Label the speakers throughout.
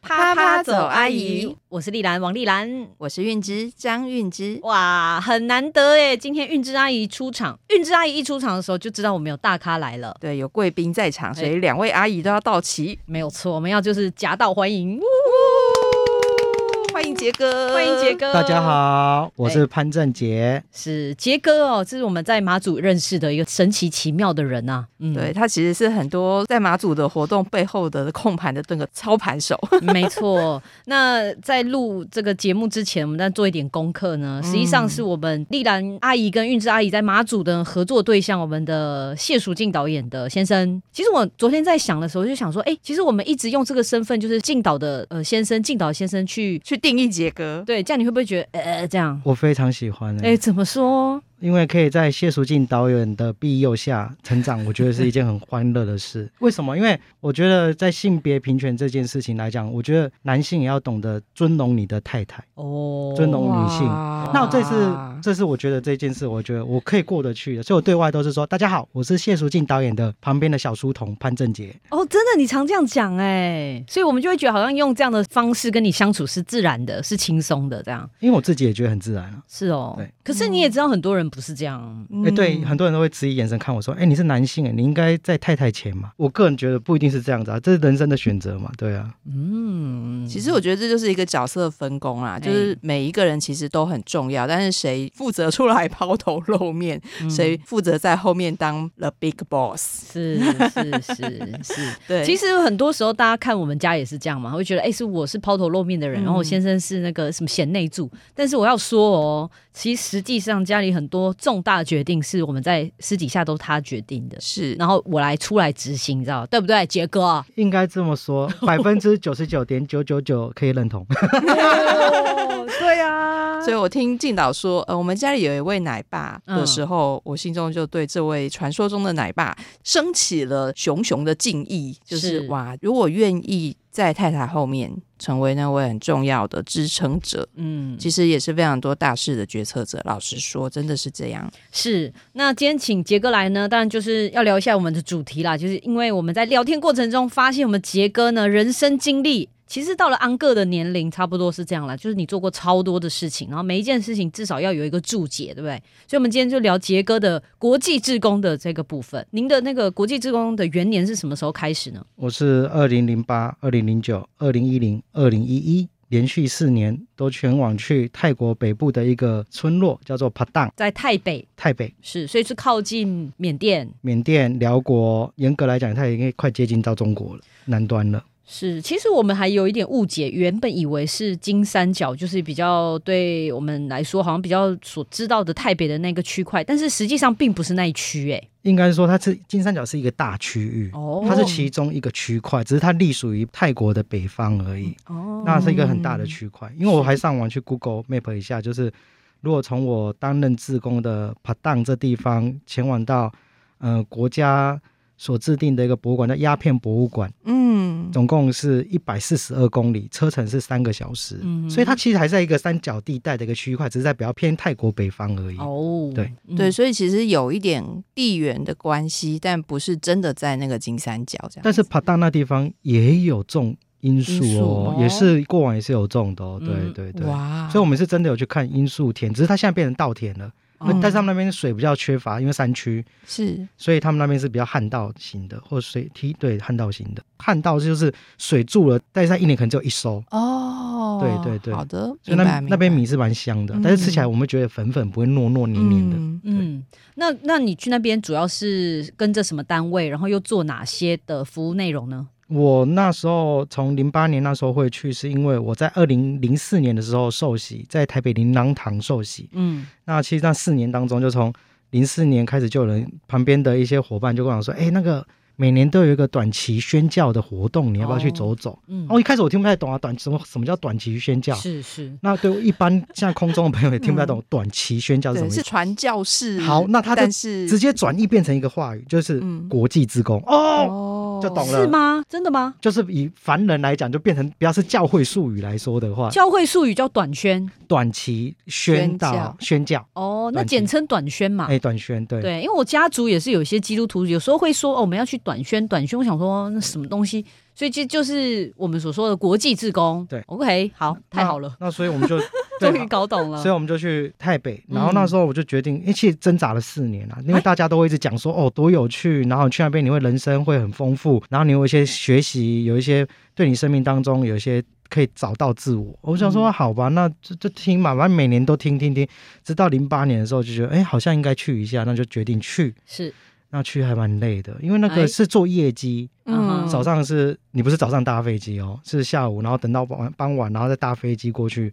Speaker 1: 啪啪走阿姨》，
Speaker 2: 我是丽兰，王丽兰。
Speaker 1: 我是韵之张韵之，
Speaker 2: 哇，很难得哎！今天韵之阿姨出场，韵之阿姨一出场的时候就知道我们有大咖来了，
Speaker 1: 对，有贵宾在场，所以两位阿姨都要到齐。
Speaker 2: 没有错，我们要就是夹道欢迎，
Speaker 1: 欢迎杰哥，
Speaker 2: 欢迎杰，哥，
Speaker 3: 大家，好，我是潘正杰。
Speaker 2: 是杰哥哦，这是我们在马祖认识的一个神奇奇妙的人啊，嗯
Speaker 1: 对，他其实是很多在马祖的活动背后的控盘的那个操盘手。
Speaker 2: 没错，那在录这个节目之前，我们再做一点功课呢。实际上是我们丽兰阿姨跟韵之阿姨在马祖的合作对象，我们的谢淑静导演的先生。其实我昨天在想的时候，就想说，哎、其实我们一直用这个身份，就是静导的呃先生，静导先生去，
Speaker 1: 去定义杰哥，
Speaker 2: 对，这样你会不会觉得呃这样？
Speaker 3: 我非常喜欢、
Speaker 2: 哎、
Speaker 3: 欸，
Speaker 2: 怎么说？
Speaker 3: 因为可以在谢淑静导演的庇佑下成长，我觉得是一件很欢乐的事。为什么？因为我觉得在性别平权这件事情来讲，我觉得男性也要懂得尊荣你的太太，
Speaker 2: 哦，
Speaker 3: 尊荣女性。
Speaker 1: 哇嗯
Speaker 3: 那我这次，这是我觉得这件事，我觉得我可以过得去的，所以我对外都是说：“大家好，我是谢淑静导演的旁边的小书童潘正杰。
Speaker 2: 哦，真的，你常这样讲哎、所以我们就会觉得好像用这样的方式跟你相处是自然的，是轻松的，这样”
Speaker 3: 因为我自己也觉得很自然啊。
Speaker 2: 是哦
Speaker 3: 对。
Speaker 2: 可是你也知道，很多人不是这样，
Speaker 3: 哎、对，
Speaker 1: 嗯
Speaker 3: 很多人都会质疑眼神看我说：“哎、你是男性，哎，你应该在太太前嘛。”我个人觉得不一定是这样子啊，这是人生的选择嘛，对啊。
Speaker 2: 嗯，
Speaker 1: 其实我觉得这就是一个角色分工啦，就是每一个人其实都很重要，但是谁负责出来抛头露面，谁负责在后面当 the big boss，
Speaker 2: 是是是 是。
Speaker 1: 对，
Speaker 2: 其实很多时候，大家看我们家也是这样嘛，会觉得哎、是我是抛头露面的人，
Speaker 1: 嗯
Speaker 2: 然后我先生是那个什么贤内助。但是我要说哦，其实实际上家里很多重大决定是我们在私底下都他决定的，
Speaker 1: 是
Speaker 2: 然后我来出来执行，你知道对不对，杰哥？
Speaker 3: 应该这么说，百分之九十九点九九九可以认同。
Speaker 2: 对啊嗯
Speaker 1: 所以我听静导说，呃，我们家里有一位奶爸的时候，我心中就对这位传说中的奶爸升起了熊熊的敬意，就是
Speaker 2: 是
Speaker 1: 哇，如果愿意在太太后面成为那位很重要的支撑者。
Speaker 2: 嗯，
Speaker 1: 其实也是非常多大事的决策者，老实说，真的是这样。
Speaker 2: 是，那今天请杰哥来呢，当然就是要聊一下我们的主题啦，就是因为我们在聊天过程中发现，我们杰哥呢人生经历。其实到了安个的年龄，差不多是这样啦，就是你做过超多的事情，然后每一件事情至少要有一个注解，对不对？所以，我们今天就聊杰哥的国际志工的这个部分。您的那个国际志工的元年是什么时候开始呢？
Speaker 3: 我是二零零八、二零零九、二零一零、二零一一，连续四年都前往去泰国北部的一个村落，叫做帕当，
Speaker 2: 在台北
Speaker 3: 泰北。
Speaker 2: 是，所以是靠近缅甸，
Speaker 3: 缅甸、辽国，严格来讲，它已经快接近到中国了，南端了。
Speaker 2: 是，其实我们还有一点误解，原本以为是金三角，就是比较对我们来说好像比较所知道的台北的那个区块，但是实际上并不是那一区、欸诶。
Speaker 3: 应该说，它是金三角是一个大区域，
Speaker 2: 哦
Speaker 3: 它是其中一个区块，只是它隶属于泰国的北方而已。
Speaker 2: 哦
Speaker 3: 那是一个很大的区块。因为我还上网去 Google Map 一下，就是如果从我担任志工的帕当这地方前往到呃国家所制定的一个博物馆，叫鸦片博物馆，
Speaker 1: 嗯，
Speaker 3: 总共是一百四十二公里，车程是三个小时，
Speaker 2: 嗯
Speaker 3: 所以它其实还在一个三角地带的一个区块，只是在比较偏泰国北方而已。
Speaker 2: 哦，
Speaker 3: 对
Speaker 2: 嗯
Speaker 1: 对，，所以其实有一点地缘的关系，但不是真的在那个金三角这样。
Speaker 3: 但是帕当那地方也有种因素
Speaker 1: 因素
Speaker 3: 哦
Speaker 1: 哦，
Speaker 3: 也是过往也是有种的哦。
Speaker 2: 嗯
Speaker 3: 对对对，
Speaker 1: 哇，
Speaker 3: 所以我们是真的有去看罂粟田，只是它现在变成稻田了。
Speaker 2: 哦
Speaker 3: 但是他们那边水比较缺乏，因为山区，
Speaker 1: 是
Speaker 3: 所以他们那边是比较旱稻型的，或水梯对旱稻型的。旱稻就是水住了，但是它一年可能只有一收，
Speaker 1: 哦，
Speaker 3: 对对对
Speaker 1: 好的，
Speaker 3: 所
Speaker 1: 明
Speaker 3: 以那
Speaker 1: 白
Speaker 3: 那边
Speaker 1: 明白
Speaker 3: 米是蛮香的
Speaker 1: 嗯，
Speaker 3: 但是吃起来我们会觉得粉粉不会糯糯黏黏的。
Speaker 1: 嗯
Speaker 2: 嗯，那那你去那边主要是跟着什么单位，然后又做哪些的服务内容呢？
Speaker 3: 我那时候从零八年那时候会去，是因为我在二零零四年的时候受洗，在台北琳琅堂受洗。
Speaker 2: 嗯，
Speaker 3: 那其实那四年当中，就从零四年开始，就有人旁边的一些伙伴就跟我讲说：“哎、那个每年都有一个短期宣教的活动，你要不要去走走？
Speaker 2: 嗯
Speaker 3: 哦，一开始我听不太懂啊，短什么什么叫短期宣教？
Speaker 2: 是嗯是，
Speaker 3: 那对一般现在空中的朋友也听不太懂短期宣教是什
Speaker 1: 对，
Speaker 3: 么
Speaker 1: 是
Speaker 3: 意思，
Speaker 1: 传教士。
Speaker 3: 好那他就
Speaker 1: 但是
Speaker 3: 直接转译变成一个话语，就是
Speaker 1: 嗯
Speaker 3: 国际职工哦，
Speaker 1: 哦
Speaker 3: 就懂了
Speaker 2: 是吗？真的吗？
Speaker 3: 就是以凡人来讲，就变成不要是教会术语来说的话，
Speaker 2: 教会术语叫短宣
Speaker 3: 短期宣导宣教，
Speaker 2: 哦，那
Speaker 3: 短宣
Speaker 2: 简称短宣嘛。
Speaker 3: 哎，短宣对，
Speaker 2: 啊对，因为我家族也是有一些基督徒，有时候会说哦，我们要去短宣，短宣，我想说那什么东西，所以这就是我们所说的国际志工。
Speaker 3: 对嗯
Speaker 2: ，OK，好，太好了，
Speaker 3: 那。那所以我 们就对哦
Speaker 2: 终于搞懂了
Speaker 3: 所以。我们就去台北，
Speaker 2: 嗯
Speaker 3: 然后那时候我就决定，因为其实挣扎了四年啊，因为大家都会一直讲说哦多有趣，然后你去那边你会人生会很丰富，然后你有一些学习，有一些对你生命当中有一些可以找到自我。我想说好吧，那就就听嘛，反正每年都听听听，直到零八年的时候就觉得哎好像应该去一下，那就决定去。
Speaker 2: 是
Speaker 3: 那去还蛮累的，因为那
Speaker 2: 哎
Speaker 3: 个是做业绩，
Speaker 2: 嗯
Speaker 3: 早上是你不是早上搭飞机哦，是下午，然后等到傍晚傍晚，然后再搭飞机过去。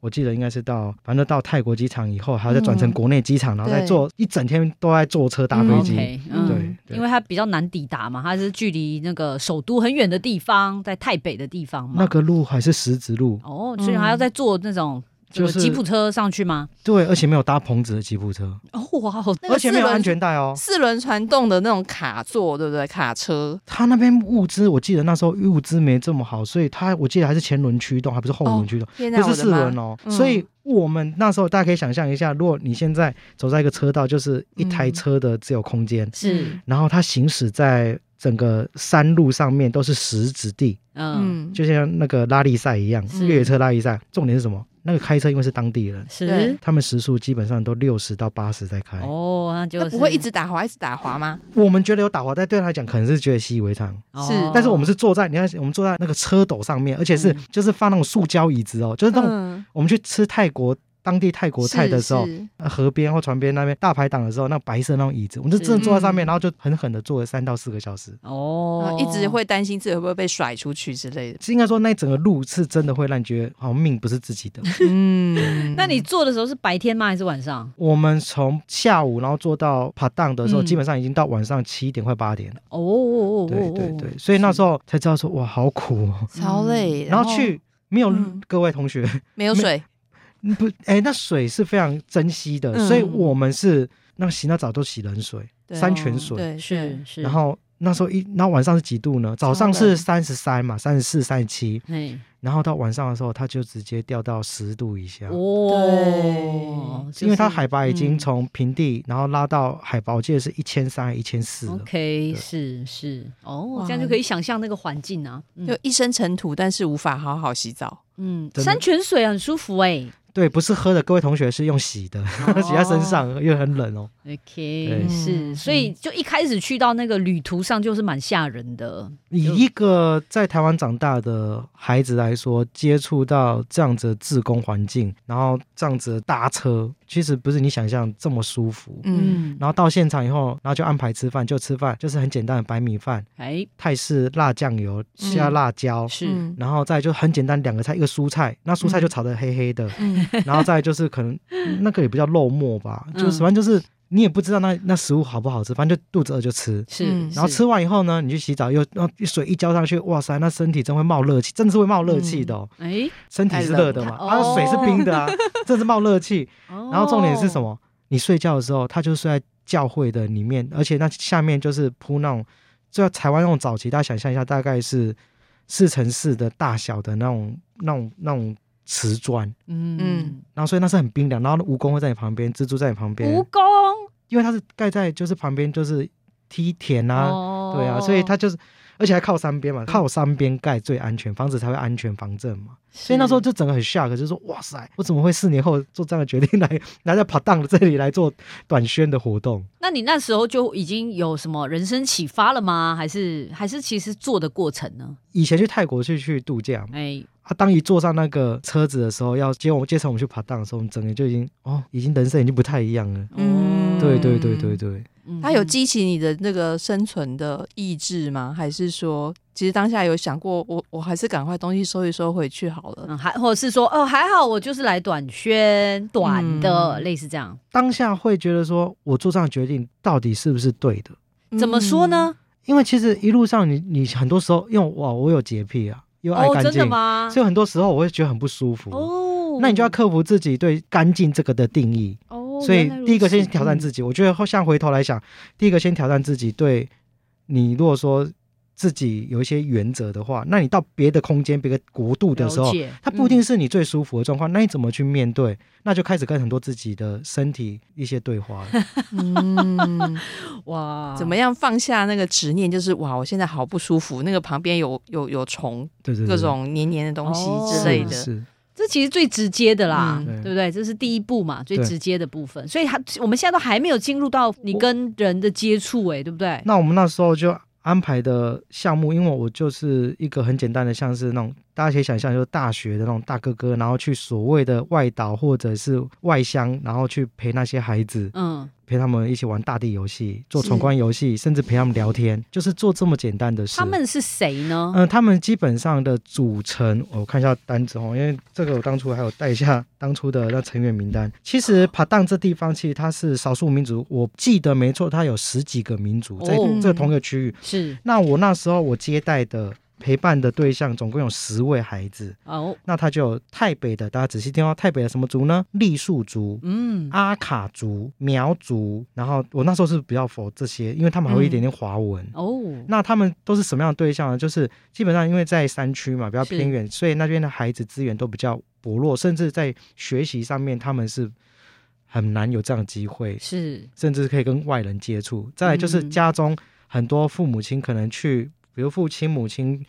Speaker 3: 我记得应该是到，反正到泰国机场以后，还要再转成国内机场，然后再
Speaker 1: 对
Speaker 3: 坐一整天都在坐车搭飞机。
Speaker 2: OK，嗯，
Speaker 1: 嗯
Speaker 3: 对，对
Speaker 2: 因为它比较难抵达嘛，它是距离那个首都很远的地方，在太北的地方嘛。
Speaker 3: 那个路还是石子路，
Speaker 2: 哦，所以还要再坐那种什
Speaker 3: 就
Speaker 2: 么
Speaker 3: 是
Speaker 2: 吉普车上去吗？
Speaker 3: 对，而且没有搭棚子的吉普车，
Speaker 2: 哦，哇，好
Speaker 1: 那个
Speaker 3: 而且没
Speaker 1: 四
Speaker 3: 有
Speaker 1: 轮
Speaker 3: 安全带哦。
Speaker 1: 四轮传动的那种卡座，对不对？卡车
Speaker 3: 他那边物资，我记得那时候物资没这么好，所以他我记得还是前轮驱动，还不是后轮驱动。
Speaker 1: 现在
Speaker 3: 不
Speaker 1: 我
Speaker 3: 是
Speaker 1: 的
Speaker 3: 四轮
Speaker 1: 妈
Speaker 3: 哦，
Speaker 1: 嗯
Speaker 3: 所以我们那时候大家可以想象一下，如果你现在走在一个车道，就是一台
Speaker 1: 嗯
Speaker 3: 车的自由空间，
Speaker 2: 是，
Speaker 3: 然后它行驶在整个山路上面都是石子地，
Speaker 2: 嗯，
Speaker 1: 嗯，
Speaker 3: 就像那个拉力赛一样，
Speaker 2: 是
Speaker 3: 越野车拉力赛。重点是什么？那个开车因为是当地人，
Speaker 2: 是
Speaker 1: 对。
Speaker 3: 他们时速基本上都六十到八十在开。
Speaker 2: 哦，那就
Speaker 1: 那
Speaker 2: 是
Speaker 1: 不会一直打滑，一直打滑吗？
Speaker 3: 我们觉得有打滑，但对他来讲可能是觉得习以为常。
Speaker 1: 是
Speaker 2: 哦
Speaker 3: 但是我们是坐在，你看，我们坐在那个车斗上面，而且是
Speaker 2: 嗯
Speaker 3: 就是放那种塑胶椅子哦，就是那种
Speaker 1: 嗯，
Speaker 3: 我们去吃泰国当地泰国菜的时候
Speaker 1: 是，，是
Speaker 3: 呃河边或船边那边大排档的时候，那白色那种椅子，我们就真的坐在上
Speaker 1: 嗯
Speaker 3: 面，然后就狠狠的坐了三到四个小时。
Speaker 2: 哦
Speaker 3: 嗯
Speaker 1: 呃，一直会担心自己会不会被甩出去之
Speaker 3: 。
Speaker 1: 类的
Speaker 3: 是应该说那整个路是真的会让你觉得好像命不是自己的。
Speaker 1: 嗯，
Speaker 2: 那你做的时候是白天吗？还是晚上？
Speaker 3: 我们从下午然后坐到爬档的时候，
Speaker 2: 嗯
Speaker 3: 基本上已经到晚上七点快八点了。
Speaker 2: 哦哦哦，
Speaker 3: 对对对，所以那时候才知道说哇好苦哦，
Speaker 1: 超累，
Speaker 3: 然后去。没有
Speaker 1: 嗯
Speaker 3: 各位同学，
Speaker 1: 没有水，
Speaker 3: 不，哎，那水是非常珍惜的，
Speaker 1: 嗯
Speaker 3: 所以我们是那洗那澡都洗冷水，
Speaker 1: 对啊
Speaker 3: 山泉水，
Speaker 1: 对，
Speaker 2: 是是，
Speaker 3: 然后那时候一，然后晚上是几度呢？早上
Speaker 1: 超
Speaker 3: 是
Speaker 1: 冷
Speaker 3: 三十三嘛，三十四、三十七，
Speaker 2: 嘿
Speaker 3: 然后到晚上的时候，它就直接掉到十度以下。
Speaker 2: 哦，
Speaker 3: 啊因为它海拔已经
Speaker 1: 嗯
Speaker 2: 从。
Speaker 3: 从平地，然后拉到海拔，我记得是一千三、一千四了。
Speaker 2: OK，
Speaker 3: 对
Speaker 2: 是是，哦，
Speaker 1: 哇
Speaker 2: 这样就可以想象那个环境啊。
Speaker 1: 就
Speaker 2: 嗯
Speaker 1: 一身尘土，但是无法好好洗澡。
Speaker 2: 嗯，
Speaker 3: 真的
Speaker 2: 山泉水很舒服哎、
Speaker 3: 对，不是喝的，各位同学是用洗的，
Speaker 1: 哦
Speaker 3: 洗在身上，因为很冷哦。
Speaker 2: OK，是，
Speaker 1: 嗯
Speaker 2: 所以就一开始去到那个旅途上就是蛮吓人的。
Speaker 3: 以一个在台湾长大的孩子来说，接触到这样子的自工环境，然后这样子的搭车，其实不是你想象这么舒服。
Speaker 1: 嗯，
Speaker 3: 然后到现场以后，然后就安排吃饭，就吃饭，就是很简单的白米饭、
Speaker 2: 哎，
Speaker 3: 泰式辣酱油
Speaker 1: 是
Speaker 3: 加辣椒，
Speaker 2: 是，
Speaker 1: 嗯
Speaker 3: 然后再就很简单两个菜，一个蔬菜，那蔬菜就炒得黑黑的，
Speaker 1: 嗯，
Speaker 3: 然后再就是可能那个也不叫肉末吧，
Speaker 2: 嗯
Speaker 3: 就是反正就是你也不知道那那食物好不好吃，反正就肚子饿就吃。
Speaker 2: 是，
Speaker 1: 嗯
Speaker 3: 然后
Speaker 2: 是
Speaker 3: 吃完以后呢，你去洗澡又，然后水一浇上去，哇塞，那身体真会冒热气，真的是会冒热气的、哦。
Speaker 2: 哎，
Speaker 3: 身体是热的嘛，
Speaker 2: 太冷
Speaker 3: 啊，
Speaker 2: 哦
Speaker 3: 水是冰的啊，真是冒热气。
Speaker 2: 然
Speaker 3: 然后重点是什？么？你睡觉的时候，他就睡在教会的里面，而且那下面就是铺那种，就台湾那种早期，大家想象一下，大概是四乘四的大小的那种、那种、那种瓷砖。
Speaker 2: 嗯
Speaker 1: 嗯，
Speaker 3: 然后所以那是很冰凉，然后蜈蚣会在你旁边，蜘蛛在你旁
Speaker 2: 蜈
Speaker 3: 边，
Speaker 2: 蚣，
Speaker 3: 因为它是盖在就是旁边就是梯田啊，
Speaker 2: 哦
Speaker 3: 对啊，所以它就是。而且还靠山边嘛，靠山边盖最安全，房子才会安全防震嘛。所
Speaker 2: 所
Speaker 3: 以那时候就整个很 shock，就是说哇塞，我怎么会四年后做这样的决定来来在跑档这里来做短宣的活动？
Speaker 2: 那你那时候就已经有什么人生启发了吗？还是还是其实做的过程呢？
Speaker 3: 以前去泰国去去度假嘛，
Speaker 2: 哎，
Speaker 3: 啊，当一坐上那个车子的时候，要接我们接送我们去跑档的时候，我们整个就已经哦，已经人生已经不太一样了。
Speaker 2: 嗯，
Speaker 3: 对对对对对。
Speaker 2: 嗯，
Speaker 1: 它有激起你的那个生存的意志吗？还是说，其实当下有想过，我我还是赶快东西收一收回去好了。
Speaker 2: 嗯，还或者是说，哦，还好我就是来短宣短的，
Speaker 1: 嗯
Speaker 2: 类似这样。
Speaker 1: 嗯
Speaker 3: 当下会觉得说，我做这样的决定到底是不是对的？
Speaker 2: 怎么说呢？
Speaker 3: 因为其实一路上你你很多时候，因为哇，我有洁癖啊，
Speaker 1: 嗯
Speaker 3: 又爱
Speaker 2: 哦，
Speaker 3: 干
Speaker 2: 真
Speaker 3: 净，
Speaker 2: 的吗？
Speaker 3: 所以很多时候我会觉得很不舒服。
Speaker 2: 哦，
Speaker 3: 那你就要克服自己对干净这个的定义。
Speaker 2: 哦，
Speaker 3: 所以
Speaker 2: 原来如
Speaker 3: 第一个先
Speaker 2: 此嗯
Speaker 3: 挑战自己，我觉得后像回头来想，第一个先挑战自己，对你如果说自己有一些原则的话，那你到别的空间、别的国度的时
Speaker 2: 了
Speaker 3: 候，
Speaker 2: 解嗯
Speaker 3: 它不一定是你最舒服的状况，那你怎么去面对？那就开始跟很多自己的身体一些对话了。
Speaker 1: 嗯，
Speaker 2: 嗯哇，
Speaker 1: 怎么样放下那个执念？就是哇，我现在好不舒服，那个旁边有有有虫，
Speaker 3: 对对对，
Speaker 1: 各种黏黏的东西
Speaker 2: 哦
Speaker 1: 之类
Speaker 3: 是
Speaker 1: 的。
Speaker 3: 是
Speaker 2: 这其实最直接的啦，
Speaker 1: 嗯
Speaker 3: 对
Speaker 2: 对不对？这是第一步嘛，最
Speaker 3: 对
Speaker 2: 直接的部分。所以他我们现在都还没有进入到你跟人的接触、哎，对不对？
Speaker 3: 那我们那时候就安排的项目，因为我就是一个很简单的，像是那种大家可以想象，就是大学的那种大哥哥，然后去所谓的外岛或者是外乡，然后去陪那些孩子，
Speaker 2: 嗯，
Speaker 3: 陪他们一起玩大地游戏、做
Speaker 1: 是
Speaker 3: 闯关游戏，甚至陪他们聊天，就是做这么简单的事。
Speaker 2: 他们是谁呢？
Speaker 3: 嗯、他们基本上的组成，我看一下单子哦，因为这个我当初还有带一下当初的那成员名单。其
Speaker 2: 哦
Speaker 3: 实帕当这地方其实它是少数民族，我记得没错，它有十几个民族在
Speaker 2: 哦
Speaker 3: 这同一个区域。
Speaker 2: 是
Speaker 3: 那我那时候我接待的陪伴的对象总共有十位孩子，
Speaker 2: 哦，
Speaker 3: 那他就有泰北的，大家仔细听哦，泰北的什么族呢？傈僳族。
Speaker 2: 嗯，
Speaker 3: 阿卡族、苗族，然后我那时候是比较否这些，因为他们还会一点点华文。
Speaker 2: 哦，
Speaker 3: 那他们都是什么样的对象呢？就是基本上因为在山区嘛，比较
Speaker 2: 是
Speaker 3: 偏远，所以那边的孩子资源都比较薄弱，甚至在学习上面他们是很难有这样的机会，
Speaker 2: 是
Speaker 3: 甚至可以跟外人接触。再来就是
Speaker 2: 嗯
Speaker 3: 家中很多父母亲可能去，比如父亲母亲。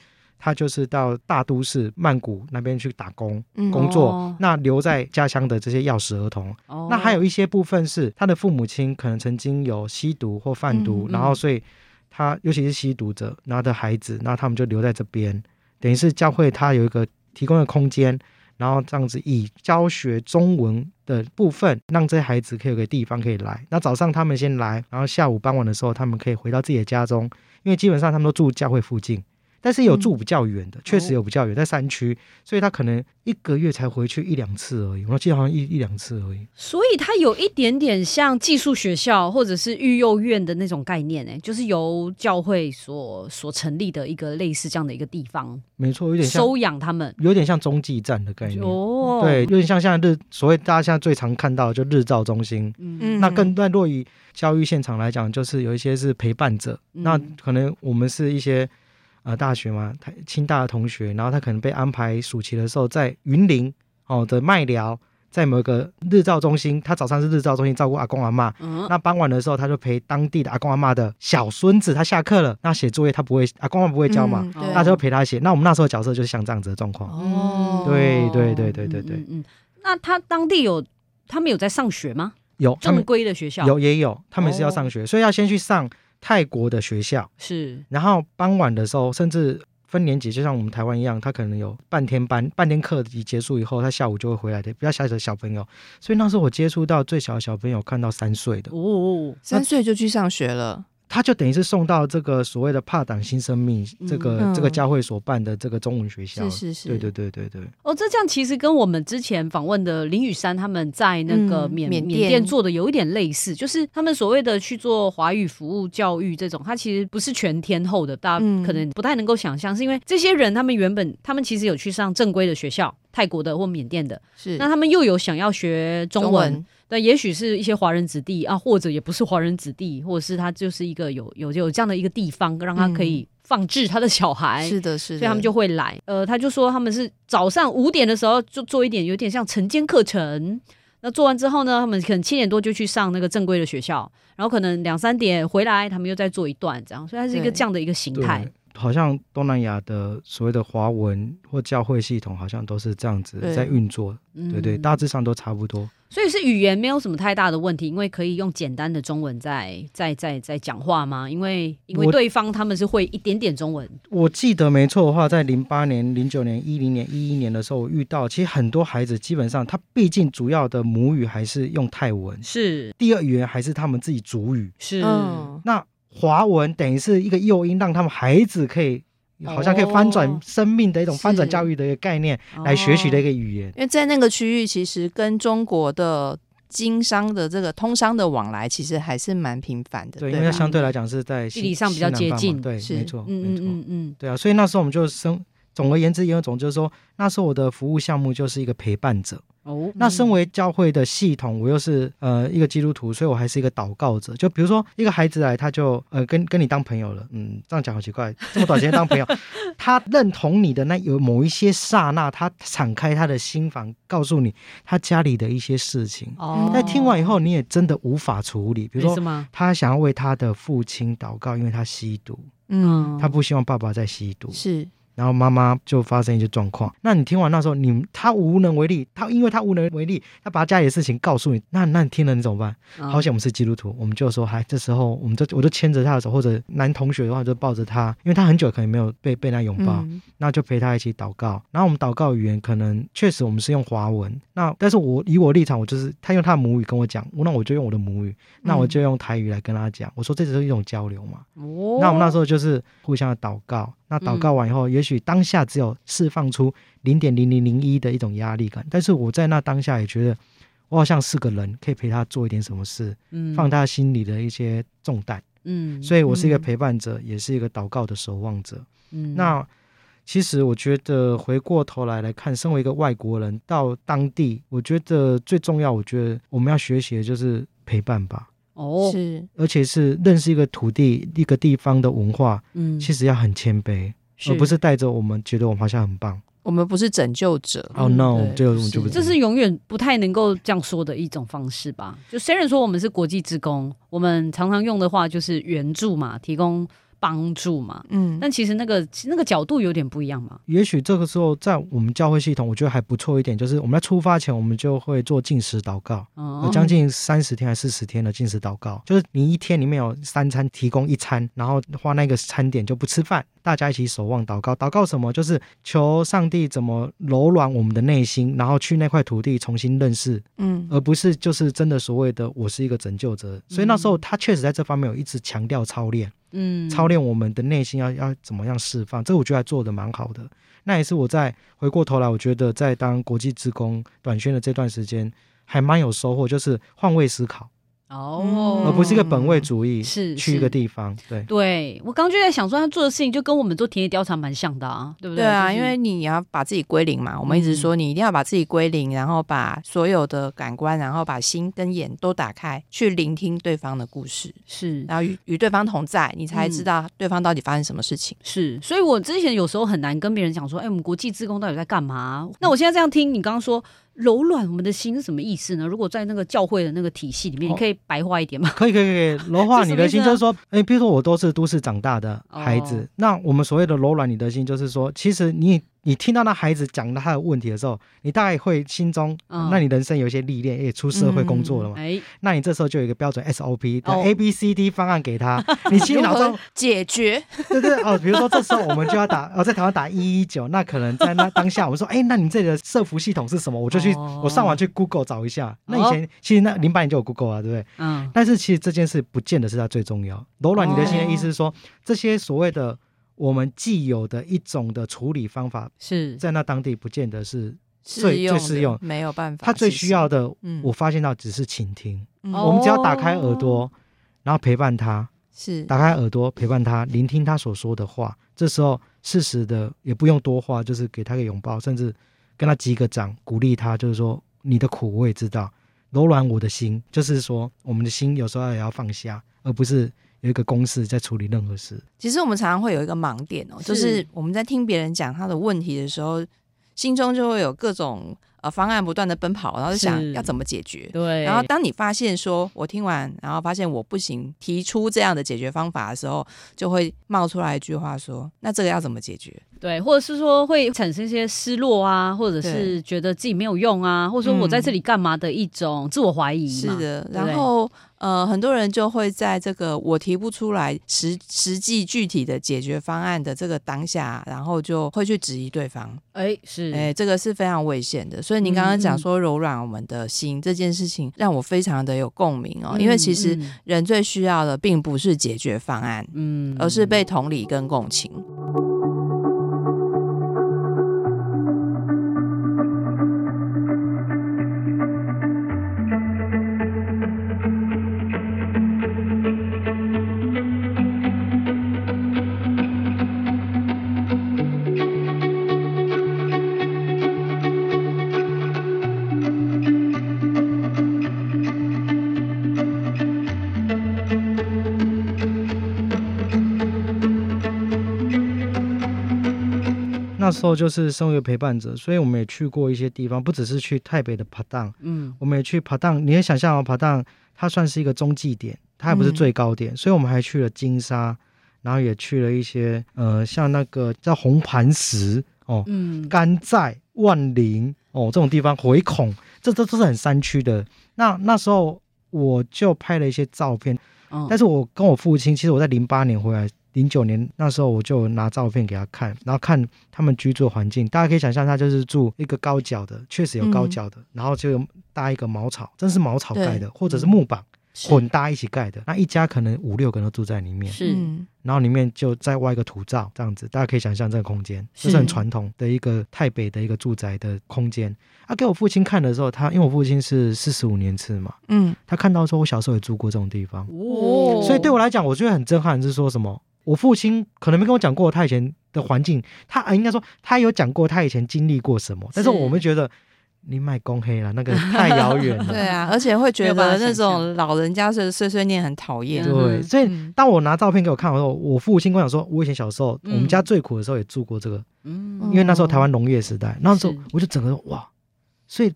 Speaker 3: 他就是到大都市曼谷那边去打工、
Speaker 1: 嗯
Speaker 3: 工作，
Speaker 2: 哦
Speaker 3: 那留在家乡的这些钥匙儿童，
Speaker 2: 哦，
Speaker 3: 那还有一些部分是他的父母亲可能曾经有吸毒或贩毒，
Speaker 2: 嗯嗯
Speaker 3: 然后所以他尤其是吸毒者，然后的孩子，然后他们就留在这边，等于是教会他有一个提供的空间，然后这样子以教学中文的部分，让这些孩子可以有个地方可以来。那早上他们先来，然后下午傍晚的时候他们可以回到自己的家中，因为基本上他们都住教会附近。但是有住比较远的，确、实有比较远，在山区，所以他可能一个月才回去一两次而已。我记得好像一一两次而已。
Speaker 2: 所以它有一点点像寄宿学校或者是育幼院的那种概念、哎，就是由教会所所成立的一个类似这样的一个地方，
Speaker 3: 没错，有点像
Speaker 2: 收养他们。
Speaker 3: 有点像中继站的概念。
Speaker 2: 哦，
Speaker 3: 对，，有点像现在日所谓大家现在最常看到的就日照中心，
Speaker 2: 嗯
Speaker 1: 嗯
Speaker 3: 那更段落于教育现场来讲，就是有一些是陪伴者，
Speaker 2: 嗯
Speaker 3: 那可能我们是一些呃大学嘛，台清大的同学，然后他可能被安排暑期的时候在云林哦的麦寮，在某个日照中心，他早上是日照中心照顾阿公阿妈，
Speaker 2: 嗯，
Speaker 3: 那傍晚的时候，他就陪当地的阿公阿妈的小孙子，他下课了，那写作业他不会，阿公阿妈不会教嘛，
Speaker 1: 嗯对
Speaker 2: 哦
Speaker 3: 那就陪他写。那我们那时候角色就是像这样子的状况。
Speaker 2: 哦，
Speaker 3: 对对对对对
Speaker 2: 嗯
Speaker 3: 对
Speaker 2: 嗯嗯那他当地有他们有在上学吗？
Speaker 3: 有他
Speaker 2: 正
Speaker 3: 们
Speaker 2: 规的学校
Speaker 3: 有也有，他们是
Speaker 1: 哦
Speaker 3: 要上学，所以要先去上泰国的学校，
Speaker 2: 是
Speaker 3: 然后傍晚的时候，甚至分年级，就像我们台湾一样，他可能有半天班，半天课一结束以后，他下午就会回来的，比较小的小朋友。所以那时候我接触到最小的小朋友，看到三岁的，
Speaker 2: 哦，
Speaker 1: 三岁就去上学了，
Speaker 3: 他就等于是送到这个所谓的帕党新生命这个、
Speaker 1: 嗯
Speaker 3: 这个教会所办的这个中文学校了。
Speaker 1: 是是是，
Speaker 3: 对对对对对，
Speaker 2: 哦，这这样其实跟我们之前访问的林雨山他们在那个
Speaker 1: 嗯
Speaker 2: 缅、
Speaker 1: 缅
Speaker 2: 缅
Speaker 1: 甸
Speaker 2: 甸做的有一点类似，就是他们所谓的去做华语服务教育这种，它其实不是全天候的，大家
Speaker 1: 嗯
Speaker 2: 可能不太能够想象，是因为这些人他们原本他们其实有去上正规的学校，泰国的或缅甸的，
Speaker 1: 是
Speaker 2: 那他们又有想要学中文，
Speaker 1: 中文
Speaker 2: 对，也许是一些华人子弟啊，或者也不是华人子弟，或者是他就是一个有有有这样的一个地方，让他
Speaker 1: 嗯
Speaker 2: 可以放置他的小孩。
Speaker 1: 是的，是的，
Speaker 2: 所以他们就会来。呃，他就说他们是早上五点的时候就做一点有点像晨间课程。那做完之后呢，他们可能七点多就去上那个正规的学校，然后可能两三点回来，他们又再做一段这样，所以它是一个
Speaker 1: 对
Speaker 2: 这样的一个形
Speaker 3: 对
Speaker 2: 态。
Speaker 3: 好像东南亚的所谓的华文或教会系统，好像都是这样子
Speaker 1: 对
Speaker 3: 在运作，
Speaker 2: 嗯
Speaker 3: 对对，大致上都差不多。
Speaker 2: 所以是语言没有什么太大的问题，因为可以用简单的中文在在在在讲话嘛，因为因为
Speaker 3: 我
Speaker 2: 对方他们是会一点点中文，
Speaker 3: 我记得没错的话，在零八年、零九年、一零年、一一年的时候，我遇到其实很多孩子，基本上他毕竟主要的母语还是用泰文，
Speaker 2: 是
Speaker 3: 第二语言还是他们自己主语。
Speaker 2: 是，
Speaker 1: 嗯，
Speaker 3: 那华文等于是一个诱因，让他们孩子可以好像可以翻转
Speaker 2: 哦
Speaker 3: 生命的一种
Speaker 2: 是哦
Speaker 3: 翻转教育的一个概念来学习的一个语言。
Speaker 1: 因为在那个区域其实跟中国的经商的这个通商的往来，其实还是蛮频繁的，
Speaker 3: 对，
Speaker 1: 对
Speaker 3: 因为它
Speaker 1: 吧
Speaker 3: 相对来讲是在
Speaker 2: 地
Speaker 3: 西
Speaker 2: 理上比较
Speaker 3: 西南方
Speaker 2: 接近
Speaker 3: 嘛对，
Speaker 1: 是
Speaker 3: 没错，
Speaker 2: 嗯
Speaker 3: 没错，
Speaker 2: 嗯嗯嗯，
Speaker 3: 对啊，所以那时候我们就生，总而言之，言而总之就是说，那时候我的服务项目就是一个陪伴者。
Speaker 2: 哦，
Speaker 3: 那身为教会的系统，我又是呃一个基督徒，所以我还是一个祷告者。就比如说一个孩子来，他就呃跟跟你当朋友了，嗯，这样讲好奇怪，这么短时间当 朋友，他认同你的那有某一些刹那，他敞开他的心房，告诉你他家里的一些事情。
Speaker 2: 哦，
Speaker 3: 但听完以后，你也真的无法处理，比如
Speaker 2: 为什
Speaker 3: 说。
Speaker 2: 么？
Speaker 3: 他想要为他的父亲祷告，因为他吸毒，
Speaker 2: 哦
Speaker 1: 嗯，
Speaker 3: 他不希望爸爸再吸毒。
Speaker 1: 是
Speaker 3: 然后妈妈就发生一些状况。那你听完那时候，你他无能为力，他因为他无能为力，他把家里的事情告诉你，那那你听了你怎么办？好
Speaker 2: 想
Speaker 3: 险我们是基督徒，我们就说，嗨，这时候我们就我就牵着他的手，或者男同学的话就抱着他，因为他很久可能没有被被那拥抱，
Speaker 1: 嗯
Speaker 3: 那就陪他一起祷告。然后我们祷告语言可能确实我们是用华文，那但是我以我立场，我就是他用他的母语跟我讲，那我就用我的母语，那我就用台语来跟他讲，我说这只是一种交流嘛。
Speaker 2: 嗯哦，嗯
Speaker 3: 那我们那时候就是互相的祷告，那祷告完以后，也许当下只有释放出零点零零零一的一种压力感，但是我在那当下也觉得，我好像是个人，可以陪他做一点什么事，
Speaker 2: 嗯
Speaker 3: 放他心里的一些重担。
Speaker 2: 嗯，
Speaker 3: 所以我是一个
Speaker 1: 嗯
Speaker 3: 陪伴者，也是一个祷告的守望者。
Speaker 2: 嗯
Speaker 3: 那其实我觉得回过头来来看，身为一个外国人到当地，我觉得最重要，我觉得我们要学习的就是陪伴吧，
Speaker 2: 哦，
Speaker 1: 嗯是，
Speaker 3: 而且是认识一个土地、一个地方的文化。
Speaker 2: 嗯，
Speaker 3: 其实要很谦卑，而不是带着我们觉得我们好像很棒。
Speaker 1: 我们不是拯救者，
Speaker 3: 哦、no，我
Speaker 1: 对
Speaker 3: 们就我们就不
Speaker 2: 这嗯是永远不太能够这样说的一种方式吧？就虽然说我们是国际职工，我们常常用的话就是援助嘛，提供帮助嘛，
Speaker 1: 嗯，
Speaker 2: 但其实那个那个角度有点不一样嘛。
Speaker 3: 也许这个时候在我们教会系统，我觉得还不错一点，就是我们在出发前，我们就会做禁食祷告，
Speaker 2: 哦
Speaker 3: 呃，将近三十天还是四十天的禁食祷告，就是你一天里面有三餐提供一餐，然后花那个餐点就不吃饭，大家一起守望祷告，祷告什么？就是求上帝怎么柔软我们的内心，然后去那块土地重新认识
Speaker 1: 嗯
Speaker 3: 而不是就是真的所谓的我是一个拯救者。所以那时候他确实在这方面有一直强调操练，
Speaker 2: 嗯
Speaker 3: 操练我们的内心要要怎么样释放，这个我觉得还做的蛮好的。那也是我在回过头来，我觉得在当国际职工短宣的这段时间，还蛮有收获，就是换位思考，
Speaker 2: 哦，
Speaker 3: 而不是一个本位主义，
Speaker 2: 是
Speaker 3: 去一个
Speaker 2: 是
Speaker 3: 地方，对。
Speaker 2: 对我刚刚就在想说，他做的事情就跟我们做田野调查蛮像的啊，对不
Speaker 1: 对
Speaker 2: 对
Speaker 1: 啊，
Speaker 2: 就是
Speaker 1: 因为你要把自己归零嘛，我们一
Speaker 3: 嗯
Speaker 1: 直说你一定要把自己归零，然后把所有的感官，然后把心跟眼都打开，去聆听对方的故事，
Speaker 2: 是
Speaker 1: 然后与与对方同在，你才
Speaker 3: 嗯
Speaker 1: 知道对方到底发生什么事情。
Speaker 2: 是，所以我之前有时候很难跟别人讲说，哎、我们国际志工到底在干嘛？那我现在这样听你刚刚说柔软我们的心是什么意思呢？如果在那个教会的那个体系里面，
Speaker 3: 哦
Speaker 2: 你可以白话一点吗？
Speaker 3: 可以可 以可以，柔化
Speaker 2: 这
Speaker 3: 你
Speaker 2: 什么意
Speaker 3: 的
Speaker 2: 思
Speaker 3: 心，
Speaker 2: 啊
Speaker 3: 就是说，哎，比如说我都是都市长大的孩子，
Speaker 2: 哦
Speaker 3: 那我们所谓的柔软你的心，就是说，其实你你听到那孩子讲他的问题的时候，你大概会心中，
Speaker 2: 嗯
Speaker 3: 那你人生有一些历练，也出社会工作了嘛，
Speaker 2: 哎、
Speaker 3: 那你这时候就有一个标准 SOP，
Speaker 2: 哦
Speaker 3: A B C D 方案 给他，你心里
Speaker 1: 如
Speaker 3: 脑
Speaker 1: 何
Speaker 3: 中
Speaker 1: 解决？
Speaker 3: 对对哦，比如说这时候我们就 要打，哦，在台湾打一一九，那可能在那当下我们说，哎，那你这里的社服系统是什么？我就去、
Speaker 2: 哦
Speaker 3: 我上网去 Google 找一下。那以
Speaker 2: 哦
Speaker 3: 前、其实那零八年就有 Google 啊，对不对？
Speaker 2: 嗯，
Speaker 3: 但是其实这件事不见得是它最重要。柔软你的心的意思是
Speaker 1: 哦
Speaker 3: 说，这些所谓的我们既有的一种的处理方法，
Speaker 2: 是
Speaker 3: 在那当地不见得是
Speaker 1: 适用的
Speaker 3: 最适用
Speaker 1: 没有办法。
Speaker 3: 他最需要
Speaker 1: 的，
Speaker 3: 的。
Speaker 1: 嗯
Speaker 3: 我发现到只是倾听，
Speaker 1: 嗯哦
Speaker 2: 哦
Speaker 3: 我们只要打开耳朵，然后陪伴他，
Speaker 1: 是
Speaker 3: 打开耳朵陪伴他，聆听他所说的话。这时候适时的也不用多话，就是给他个拥抱，甚至跟他击个掌，鼓励他，就是说你的苦我也知道，柔软我的心，就是说我们的心有时候也要放下，而不是有一个公式在处理任何事。
Speaker 1: 其实我们常常会有一个盲点哦，就是我们在听别人讲他的问题的时候，心中就会有各种呃方案不断的奔跑，然后就想
Speaker 2: 是
Speaker 1: 要怎么解决。
Speaker 2: 对，
Speaker 1: 然后当你发现说我听完，然后发现我不行，提出这样的解决方法的时候，就会冒出来一句话说：“那这个要怎么解决
Speaker 2: 对，或者是说会产生一些失落啊，或者是觉得自己没有用啊，或者说我在这里干嘛的一种自我怀？”疑
Speaker 1: 是
Speaker 2: 嘛。
Speaker 1: 的，
Speaker 2: 对不对
Speaker 1: 然后呃，很多人就会在这个我提不出来实实际具体的解决方案的这个当下，然后就会去质疑对方。
Speaker 2: 哎，是，嗯
Speaker 1: 哎、这个是非常危险的。所以您刚刚讲说柔软我们的心、这件事情，让我非常的有共鸣哦，
Speaker 2: 嗯
Speaker 1: 因为其实
Speaker 2: 嗯
Speaker 1: 人最需要的并不是解决方案，
Speaker 2: 嗯
Speaker 1: 而是被同理跟共情。
Speaker 3: 时候就是身为陪伴者，所以我们也去过一些地方，不只是去台北的帕当，
Speaker 2: 嗯
Speaker 3: 我们也去帕当。你也想象哦，帕当它算是一个中继点，它还不是最高点，所以我们还去了金沙，然后也去了一些呃，像那个叫红磐石哦，
Speaker 2: 嗯，
Speaker 3: 甘寨、万林哦这种地方，回孔，这这都是很山区的。那那时候我就拍了一些照片，
Speaker 2: 嗯
Speaker 3: 但是我跟我父亲，其实我在零八年回来，零九年那时候我就拿照片给他看，然后看他们居住环境，大家可以想象，他就是住一个高脚的，确实有高脚
Speaker 2: 嗯
Speaker 3: 的，然后就有搭一个茅草，真是茅草盖的，或者是木板混搭一起盖的，那一家可能五六个人都住在里面，
Speaker 2: 是
Speaker 1: 嗯
Speaker 3: 然后里面就再外一个土灶这样子，大家可以想象这个空间，
Speaker 2: 是
Speaker 3: 这是很传统的一个台北的一个住宅的空间。啊，给我父亲看的时候，他因为我父亲是四十五年次嘛，
Speaker 1: 嗯，
Speaker 3: 他看到说我小时候也住过这种地方，
Speaker 2: 哦，
Speaker 3: 所以对我来讲，我觉得很震撼，是说什么？我父亲可能没跟我讲过他以前的环境，他啊应该说他有讲过他以前经历过什么，但是
Speaker 2: 是
Speaker 3: 我们觉得你买公黑了，那个太遥远了。
Speaker 1: 对啊，而且会觉得那
Speaker 2: 没有办法想
Speaker 1: 种老人家碎碎碎念很讨厌
Speaker 2: 嗯。
Speaker 3: 对，所以
Speaker 1: 嗯
Speaker 3: 当我拿照片给我看的时候，我父亲跟我讲说，我以前小时候，
Speaker 2: 嗯
Speaker 3: 我们家最苦的时候也住过这个，
Speaker 2: 嗯
Speaker 3: 因为那时候台湾农业时代，那时候
Speaker 2: 是
Speaker 3: 我就整个哇，所以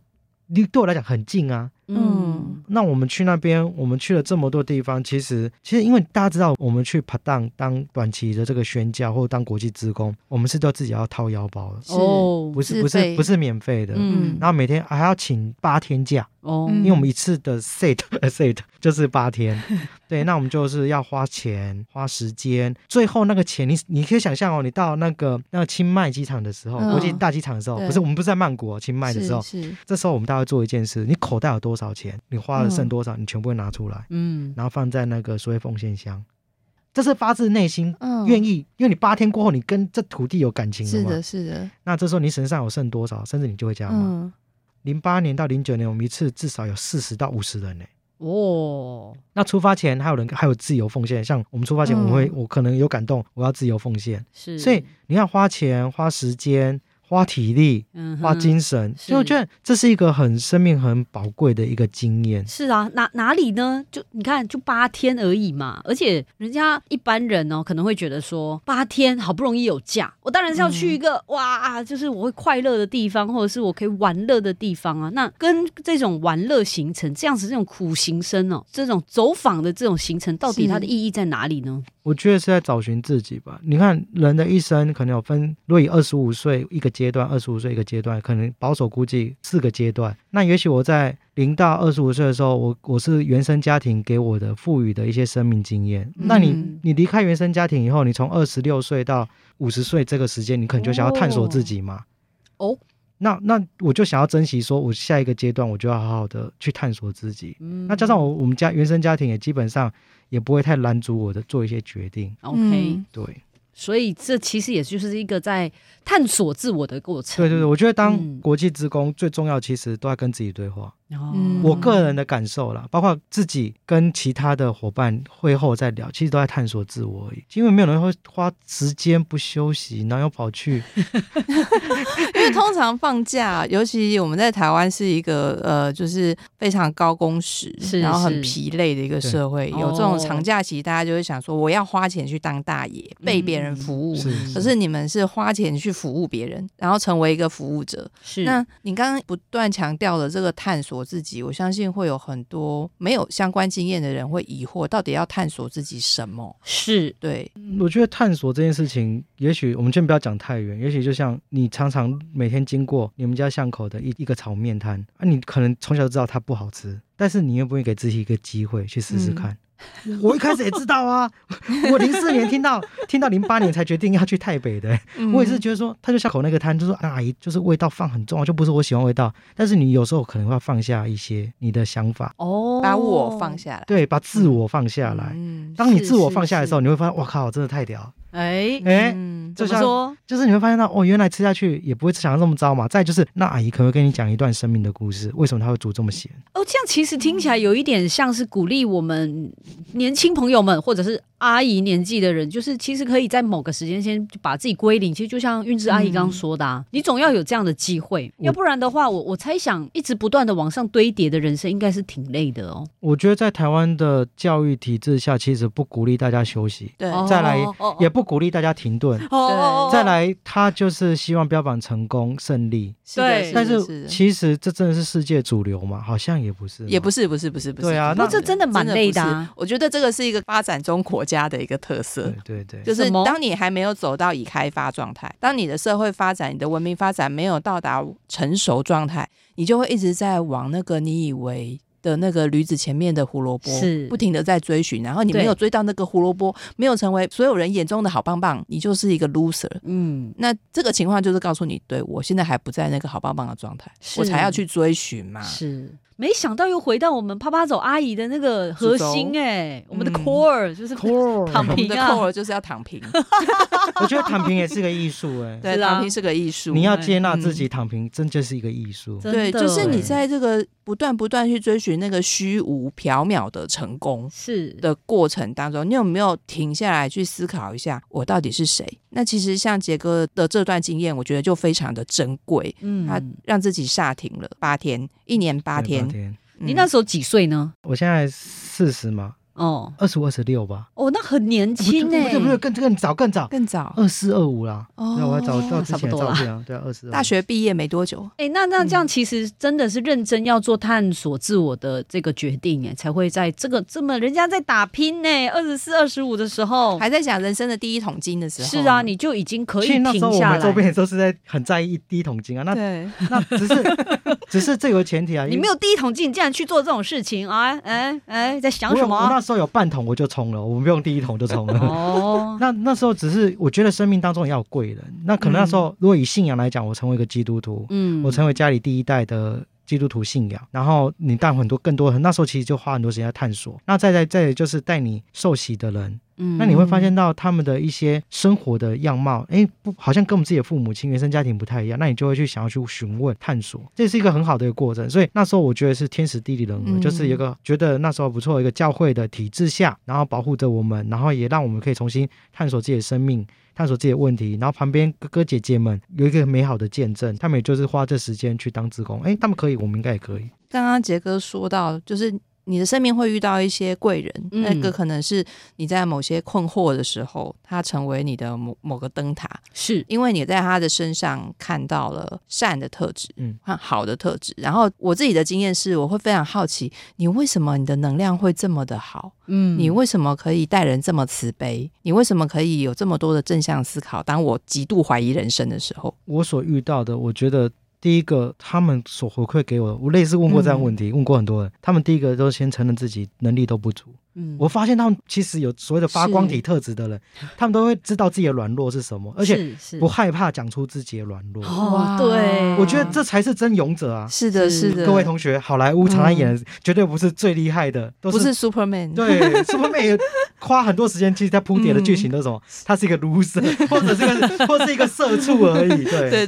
Speaker 3: 你对我来讲很近啊。
Speaker 2: 嗯
Speaker 3: 那我们去那边，我们去了这么多地方，其实其实因为大家知道，我们去 p a 当短期的这个宣教或当国际职工，我们是都自己要掏腰包的，
Speaker 2: 哦
Speaker 3: 不是
Speaker 1: 自
Speaker 3: 不
Speaker 1: 费
Speaker 3: 是不是免费的。
Speaker 2: 嗯
Speaker 3: 然后每天还要请八天假，
Speaker 2: 哦
Speaker 1: 嗯
Speaker 3: 因为我们一次的 set 呃 set 就是 八天，对，那我们就是要花钱花时间，最后那个钱你你可以想象哦，你到那个那个清迈机场的时候，
Speaker 1: 嗯
Speaker 3: 国际大机场的时候，
Speaker 1: 对
Speaker 3: 不是我们不是在曼谷哦清迈的时候，
Speaker 1: 是是
Speaker 3: 这时候我们大概做一件事，你口袋有多少钱，你花了
Speaker 1: 嗯
Speaker 3: 剩多少，你全部会拿出来，
Speaker 2: 嗯
Speaker 3: 然后放在那个所谓奉献箱，这是发自内心
Speaker 1: 嗯
Speaker 3: 愿意，因为你八天过后，你跟这土地有感情
Speaker 1: 是
Speaker 3: 了
Speaker 1: 的，
Speaker 3: 嘛，
Speaker 1: 是的，
Speaker 3: 那这时候你身上有剩多少，甚至你就会加嘛。
Speaker 1: 嗯，
Speaker 3: 零八、年到零九年，我们一次至少有四十到五十人呢、
Speaker 2: 哦
Speaker 3: 那出发前还有人还有自由奉献，像我们出发前，我会、
Speaker 1: 嗯
Speaker 3: 我可能有感动，我要自由奉献，
Speaker 2: 是，
Speaker 3: 所以你要花钱、花时间、花体力、
Speaker 2: 嗯哼
Speaker 3: 花精神，
Speaker 2: 是
Speaker 3: 所以我觉得这是一个很生命很宝贵的一个经验。
Speaker 2: 是啊，哪哪里呢？就你看，就八天而已嘛。而且人家一般人哦，可能会觉得说，八天好不容易有假，我当然是要去一个、哇，就是我会快乐的地方，或者是我可以玩乐的地方啊。那跟这种玩乐行程，这样子这种苦行僧哦，这种走访的这种行程，到底
Speaker 1: 是
Speaker 2: 它的意义在哪里呢？
Speaker 3: 我觉得是在找寻自己吧。你看人的一生可能有分，如果以二十五岁一个阶段，二十五岁一个阶段，可能保守估计四个阶段。那也许我在零到二十五岁的时候，我我是原生家庭给我的赋予的一些生命经验。那你
Speaker 1: 嗯
Speaker 3: 你离开原生家庭以后，你从二十六岁到五十岁这个时间，你可能就想要探索自己嘛。
Speaker 2: 哦哦
Speaker 3: 那那我就想要珍惜，说我下一个阶段我就要好好的去探索自己。
Speaker 2: 嗯
Speaker 3: 那加上我我们家原生家庭也基本上也不会太拦阻我的做一些决定。
Speaker 2: ，OK，、
Speaker 1: 嗯
Speaker 3: 对，
Speaker 2: 所以这其实也就是一个在探索自我的过程。
Speaker 3: 对对对，我觉得
Speaker 2: 嗯
Speaker 3: 当国际职工最重要，其实都在跟自己对话。
Speaker 2: 对，哦、
Speaker 1: 嗯
Speaker 3: 我个人的感受
Speaker 2: 嗯
Speaker 3: 啦，包括自己跟其他的伙伴会后再聊，其实都在探索自我而已。因为没有人会花时间不休息，然后又跑 去，
Speaker 1: 因为通常放假，尤其我们在台湾是一个呃，就是非常高工时，
Speaker 2: 是
Speaker 1: 然后
Speaker 2: 是
Speaker 1: 很疲累的一个社会。
Speaker 2: 对
Speaker 1: 有这种
Speaker 2: 哦
Speaker 1: 长假期，大家就会想说，我要花钱去当大爷，被别
Speaker 2: 嗯
Speaker 1: 人服务。
Speaker 3: 是
Speaker 1: 可是你们是花钱去服务别人，然后成为一个服务者。
Speaker 2: 是
Speaker 1: 那你刚刚不断强调的这个探索自己，我相信会有很多没有相关经验的人会疑惑，到底要探索自己什么？
Speaker 2: 是
Speaker 1: 对，
Speaker 3: 我觉得探索这件事情，也许我们先不要讲太远，也许就像你常常每天经过你们家巷口的一一个炒面摊啊，你可能从小就知道它不好吃，但是你愿不愿意给自己一个机会去试
Speaker 2: 嗯
Speaker 3: 试 看？我一开始也知道啊，我零四年听到听到零八年才决定要去台北的、
Speaker 2: 嗯
Speaker 3: 我也是觉得说，他就巷口那个摊，就是阿姨，就是味道放很重啊，就不是我喜欢味道，但是你有时候可能会放下一些你的想法，
Speaker 2: 哦，
Speaker 1: 把我放下来，
Speaker 3: 对，把自我放下来。
Speaker 1: 嗯，
Speaker 3: 当你
Speaker 2: 是
Speaker 3: 自我
Speaker 2: 是
Speaker 3: 放下来的时候，
Speaker 2: 是
Speaker 3: 你会发现，哇靠，真的太屌了！
Speaker 2: 哎，
Speaker 3: 哎、
Speaker 1: 嗯
Speaker 3: 就
Speaker 2: 怎么
Speaker 3: 像
Speaker 2: 说？
Speaker 3: 就是你会发现到哦，原来吃下去也不会想的那么糟嘛。再就是，那阿姨可能会跟你讲一段生命的故事，为什么她会煮这么咸？
Speaker 2: 哦，这样其实听起来有一点像是鼓励我们年轻朋友们，或者是阿姨年纪的人，就是其实可以在某个时间先把自己归零。其实就像韵之阿姨刚
Speaker 1: 嗯
Speaker 2: 刚说的、啊，你总要有这样的机会，
Speaker 3: 我
Speaker 2: 要不然的话，我我猜想一直不断的往上堆叠的人生，应该是挺累的哦。
Speaker 3: 我觉得在台湾的教育体制下，其实不鼓励大家休息，
Speaker 1: 对，
Speaker 2: 哦
Speaker 3: 再来
Speaker 2: 哦哦
Speaker 3: 也不鼓励大家停顿。
Speaker 2: 哦
Speaker 1: 对
Speaker 3: 再来他就是希望标榜成功胜利，
Speaker 1: 是的
Speaker 2: 对
Speaker 1: 是的
Speaker 3: 但
Speaker 1: 是的
Speaker 3: 其实这真的是世界主流嘛？好像也不是嘛，
Speaker 1: 也不是不是不是不是，
Speaker 3: 对啊
Speaker 1: 不是
Speaker 3: 那这
Speaker 2: 真的蛮累的啊
Speaker 1: 不是我觉得这个是一个发展中国家的一个特色
Speaker 3: 对。对对，
Speaker 1: 就是
Speaker 2: 什么
Speaker 1: 当你还没有走到已开发状态，当你的社会发展、你的文明发展没有到达成熟状态，你就会一直在往那个你以为的那个驴子前面的胡萝卜，
Speaker 2: 是
Speaker 1: 不停的在追寻，然后你
Speaker 2: 对
Speaker 1: 没有追到那个胡萝卜，没有成为所有人眼中的好棒棒，你就是一个 loser。
Speaker 2: 嗯，
Speaker 1: 那这个情况就是告诉你，对我现在还不在那个好棒棒的状态，
Speaker 2: 是
Speaker 1: 我才要去追寻嘛。
Speaker 2: 是。没想到又回到我们啪啪走阿姨的那个核心哎、我们的
Speaker 1: 嗯
Speaker 2: core、就是
Speaker 3: core
Speaker 2: 躺
Speaker 1: 我们
Speaker 2: 平
Speaker 1: 的
Speaker 2: 啊，
Speaker 1: core 就是要躺平，
Speaker 3: 我觉得躺平也是个艺术哎、
Speaker 1: 对，
Speaker 2: 是啊
Speaker 1: 躺平是个艺术。
Speaker 3: 你要接纳自己躺平，真就是一个艺术。
Speaker 2: 真
Speaker 1: 对，
Speaker 2: 的
Speaker 1: 就是你
Speaker 2: 欸
Speaker 1: 在这个不断不断去追寻那个虚无缥缈的成功
Speaker 2: 是
Speaker 1: 的过程当中，你有没有停下来去思考一下，我到底是谁？那其实像杰哥的这段经验，我觉得就非常的珍贵。
Speaker 2: 嗯
Speaker 1: 他让自己煞停了八天，一年八
Speaker 3: 对
Speaker 1: 天。
Speaker 3: 八天，
Speaker 1: 嗯
Speaker 2: 你那时候几岁呢？
Speaker 3: 我现在四十嘛，
Speaker 2: 哦
Speaker 3: 二十五、二十六吧。
Speaker 2: 哦，那很年轻哎、
Speaker 3: 不对不对，更更早更早，
Speaker 1: 更早
Speaker 3: 二四二五啦。
Speaker 1: 哦
Speaker 3: 那我要找到之前的
Speaker 2: 哦差不多
Speaker 3: 照
Speaker 2: 啦
Speaker 3: 片啊，对啊，二四
Speaker 1: 大学毕业没多久，
Speaker 2: 哎、那
Speaker 3: 嗯
Speaker 2: 那这样其实真的是认真要做探索自我的这个决定哎、才会在这个这么人家在打拼呢、二十四、二十五的时候，
Speaker 1: 还在想人生的第一桶金的时候。
Speaker 2: 是啊，你就已经可以
Speaker 3: 其实那时候
Speaker 2: 停
Speaker 3: 我
Speaker 2: 下
Speaker 3: 们周
Speaker 2: 来，
Speaker 3: 边也都是在很在意第一桶金啊， 那
Speaker 1: 对，
Speaker 3: 那只是只是这有个前提啊，
Speaker 2: 你
Speaker 3: 因为
Speaker 2: 没有第一桶金，你竟然去做这种事情啊！哎哎，在想
Speaker 3: 我有
Speaker 2: 什
Speaker 3: 我
Speaker 2: 么？
Speaker 3: 那时候有半桶我就冲了，我不用第一桶就冲了。
Speaker 2: 哦，
Speaker 3: 那那时候只是我觉得生命当中也要有贵人，那可能那时候如果以信仰来讲，我成为一个基督徒，
Speaker 2: 嗯
Speaker 3: 我成为家里第一代的基督徒信仰，然后你带很多更多的，那时候其实就花很多时间在探索。那再来再来就是带你受洗的人，
Speaker 2: 嗯
Speaker 3: 那你会发现到他们的一些生活的样貌，哎，不，好像跟我们自己的父母亲、原生家庭不太一样，那你就会去想要去询问、探索，这是一个很好的一个过程。所以那时候我觉得是天时地利人和，
Speaker 1: 嗯
Speaker 3: 就是有一个觉得那时候不错，一个教会的体制下，然后保护着我们，然后也让我们可以重新探索自己的生命。探索自己的问题，然后旁边哥哥姐姐们有一个美好的见证，他们也就是花这时间去当职工，哎，他们可以，我们应该也可以。
Speaker 1: 刚刚杰哥说到，就是你的生命会遇到一些贵人，
Speaker 2: 嗯
Speaker 1: 那个可能是你在某些困惑的时候，他成为你的某某个灯塔，
Speaker 2: 是
Speaker 1: 因为你在他的身上看到了善的特质，
Speaker 3: 嗯
Speaker 1: 嗯，好的特质。然后我自己的经验是，我会非常好奇，你为什么你的能量会这么的好？
Speaker 2: 嗯
Speaker 1: 你为什么可以待人这么慈悲？你为什么可以有这么多的正向思考？当我极度怀疑人生的时候，
Speaker 3: 我所遇到的，我觉得第一个他们所回馈给我，我类似问过这样的问题，问过很多人，他们第一个都先承认自己能力都不足。
Speaker 2: 嗯
Speaker 3: 我发现他们其实有所谓的发光体特质的人，他们都会知道自己的软弱是什么，而且
Speaker 2: 是是
Speaker 3: 不害怕讲出自己的软弱。
Speaker 2: 哦
Speaker 1: 哇，
Speaker 2: 对，
Speaker 3: 我觉得这才是真勇者啊！
Speaker 1: 是的，
Speaker 2: 是
Speaker 1: 是的，
Speaker 3: 各位同学，好莱坞常常演的绝对不是最厉害的，都
Speaker 1: 不是
Speaker 3: 是
Speaker 1: Superman，
Speaker 3: 对 Superman 也花很多时间，其实在铺叠的剧情都是什么？他是一个 loser，或者是一个或是一个社畜而已。对
Speaker 1: 对对
Speaker 2: 是
Speaker 1: 对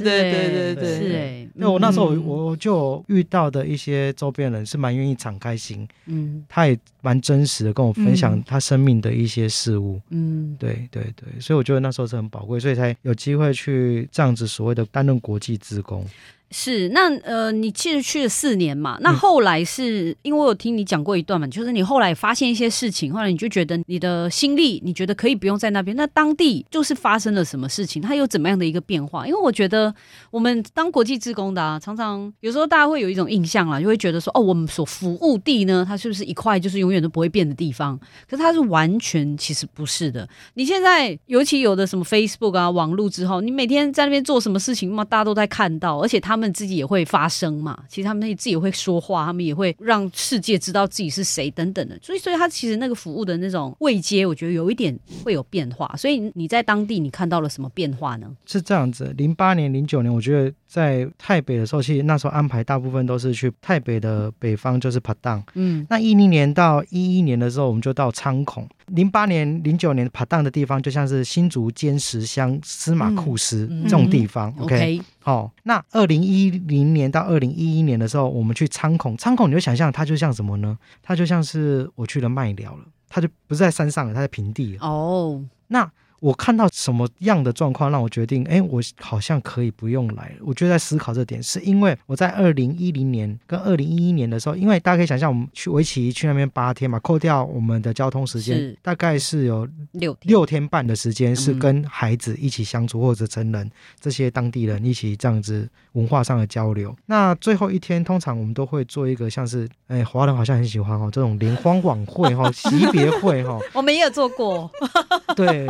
Speaker 2: 欸
Speaker 1: 对对，
Speaker 2: 是哎，
Speaker 3: 那我那时候
Speaker 1: 嗯
Speaker 3: 我我就遇到的一些周边人是蛮愿意敞开心，
Speaker 2: 嗯
Speaker 3: 他也蛮真实的跟我分享
Speaker 1: 嗯
Speaker 3: 他生命的一些事物。
Speaker 2: 嗯
Speaker 3: 对对对，所以我觉得那时候是很宝贵，所以才有机会去这样子所谓的担任国际职工。
Speaker 2: 是那呃，你其实去了四年嘛，那后来是、因为我有听你讲过一段嘛，就是你后来发现一些事情，后来你就觉得你的心力，你觉得可以不用在那边。那当地就是发生了什么事情，它有怎么样的一个变化？因为我觉得我们当国际志工的啊，常常有时候大家会有一种印象啦，就会觉得说哦，我们所服务地呢，它是不是一块就是永远都不会变的地方？可是它是完全其实不是的。你现在尤其有的什么 Facebook 啊，网络之后，你每天在那边做什么事情嘛，大家都在看到，而且他们自己也会发声嘛。其实他们自己也会说话，他们也会让世界知道自己是谁等等的。所以，所以他其实那个服务的那种位阶，我觉得有一点会有变化。所以你在当地你看到了什么变化呢？
Speaker 3: 是这样子，零八年、零九年，我觉得在台北的时候，其实那时候安排大部分都是去台北的北方，就是 p a d a n
Speaker 2: 嗯
Speaker 3: 那一零年到一一年的时候，我们就到仓孔。零八年、零九年 p a d a n 的地方，就像是新竹尖石乡、司马库斯、
Speaker 2: 嗯
Speaker 3: 这种地方。OK，
Speaker 2: ，OK，
Speaker 3: 好、那二零一零年到二零一一年的时候，我们去仓孔，仓孔你就想象它就像什么呢？它就像是我去了麦寮了，它就不是在山上了，它在平地了。
Speaker 2: 哦，
Speaker 3: 那我看到什么样的状况让我决定，哎，我好像可以不用来了。我就在思考这点，是因为我在二零一零年跟二零一一年的时候，因为大家可以想象，我们去围棋去那边八天嘛，扣掉我们的交通时间
Speaker 2: 是，
Speaker 3: 大概是有
Speaker 2: 六天
Speaker 3: 六天半的时间是
Speaker 1: 嗯
Speaker 3: 跟孩子一起相处，或者成人这些当地人一起这样子文化上的交流。那最后一天，通常我们都会做一个像是，哎，华人好像很喜欢哦，这种联欢晚会哈、哦、惜别会哦哈、
Speaker 2: 我们也有做过，
Speaker 3: 哦，对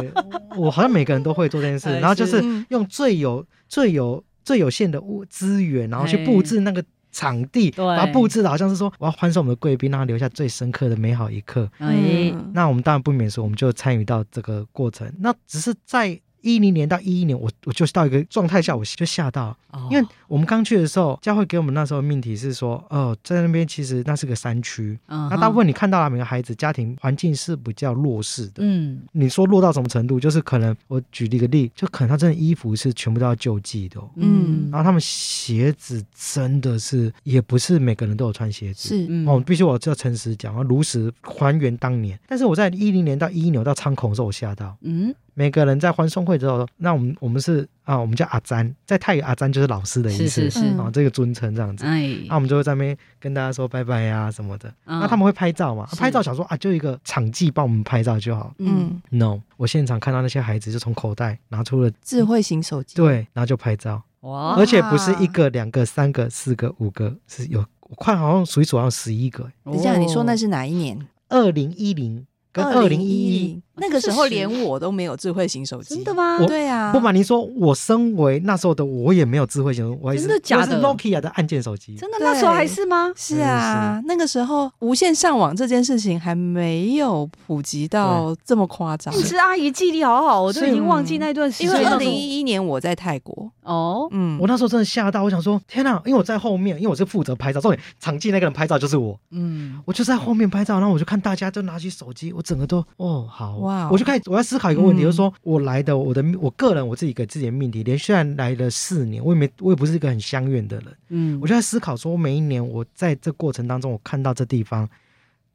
Speaker 3: 我好像每个人都会做这件事，
Speaker 2: 哎
Speaker 3: 然后就是
Speaker 1: 是
Speaker 3: 用最有最有最有限的物资源，然后去
Speaker 2: 哎
Speaker 3: 布置那个。场地，
Speaker 2: 对
Speaker 3: 把它布置的好像是说，我要欢送我们的贵宾，让他留下最深刻的美好一刻。
Speaker 2: 哎，
Speaker 4: 嗯
Speaker 3: 那我们当然不免说，我们就参与到这个过程。那只是在一零年到一一年，我我就是到一个状态下，我就吓到，
Speaker 2: 哦
Speaker 3: 因为我们刚去的时候，教会给我们那时候的命题是说，哦，在那边其实那是个山区，
Speaker 2: 那
Speaker 3: 那大部分你看到的每个孩子家庭环境是比较弱势的。
Speaker 2: 嗯
Speaker 3: 你说弱到什么程度？就是可能我举了一个例，就可能他真的衣服是全部都要救济的、哦，
Speaker 1: 嗯
Speaker 3: 然后他们鞋子真的是也不是每个人都有穿鞋子，
Speaker 1: 是
Speaker 2: 嗯
Speaker 3: 哦，必须我这诚实讲，我如实还原当年。但是我在一零年到一一年我到仓孔的时候，我吓到
Speaker 2: 嗯
Speaker 3: 每个人在欢送会之后，那我们我们是啊，我们叫阿詹，在泰语阿詹就是哦老师的意
Speaker 2: 是
Speaker 3: 思
Speaker 2: 是
Speaker 3: 啊、
Speaker 2: 是，
Speaker 4: 嗯
Speaker 3: 哦这个尊称这样子。
Speaker 2: 哎，
Speaker 3: 那、我们就会在那边跟大家说拜拜呀、什么的。那他们会拍照嘛？
Speaker 2: 嗯是
Speaker 3: 拍照想说啊，就一个场记帮我们拍照就好。
Speaker 2: 嗯
Speaker 3: No，我现场看到那些孩子就从口袋拿出了
Speaker 1: 智慧型手机，
Speaker 3: 对，然后就拍照，
Speaker 2: 哇
Speaker 3: 而且不是一个、两个、三个、四个、五个，是有我看好像数一数好像十一个、
Speaker 1: 等
Speaker 2: 哦
Speaker 1: 一下，你说那
Speaker 2: 是
Speaker 1: 是哪一年？
Speaker 3: 二零一零跟二零一一。
Speaker 1: 2011那个时候
Speaker 2: 是
Speaker 1: 连我都没有智慧型手机，
Speaker 2: 真的？吗？
Speaker 3: 我
Speaker 1: 对啊，
Speaker 3: 不瞒您说，我身为那时候的我也没有智慧型手机，我也是
Speaker 2: 真的假的
Speaker 3: 我是 Nokia 的按键手机。
Speaker 2: 真的那时候还是吗？
Speaker 1: 是啊，那个时候无线上网这件事情还没有普及到这么夸张。
Speaker 2: 你是阿姨记忆力好好，我都
Speaker 3: 是
Speaker 2: 已经忘记那段时
Speaker 1: 因
Speaker 2: 间。
Speaker 1: 为
Speaker 3: 所以
Speaker 1: 二
Speaker 3: 那
Speaker 1: 零
Speaker 3: 时候
Speaker 1: 一一年我在泰国，
Speaker 2: 哦，
Speaker 1: 嗯，
Speaker 3: 我那时候真的吓到，我想说天哪、啊因为我在后面，因为我是负责拍照，重点场记那个人拍照就是我，
Speaker 2: 嗯，
Speaker 3: 我就在后面拍照，然后我就看大家都拿起手机，我整个都哦好
Speaker 1: 哇
Speaker 3: 我就开始我要思考一个问题，
Speaker 1: 嗯
Speaker 3: 就是说我来的我的我个人我自己给自己的命题，连虽然来了四年，我也没我也不是一个很相怨的人，
Speaker 2: 嗯
Speaker 3: 我就在思考说，每一年我在这过程当中，我看到这地方，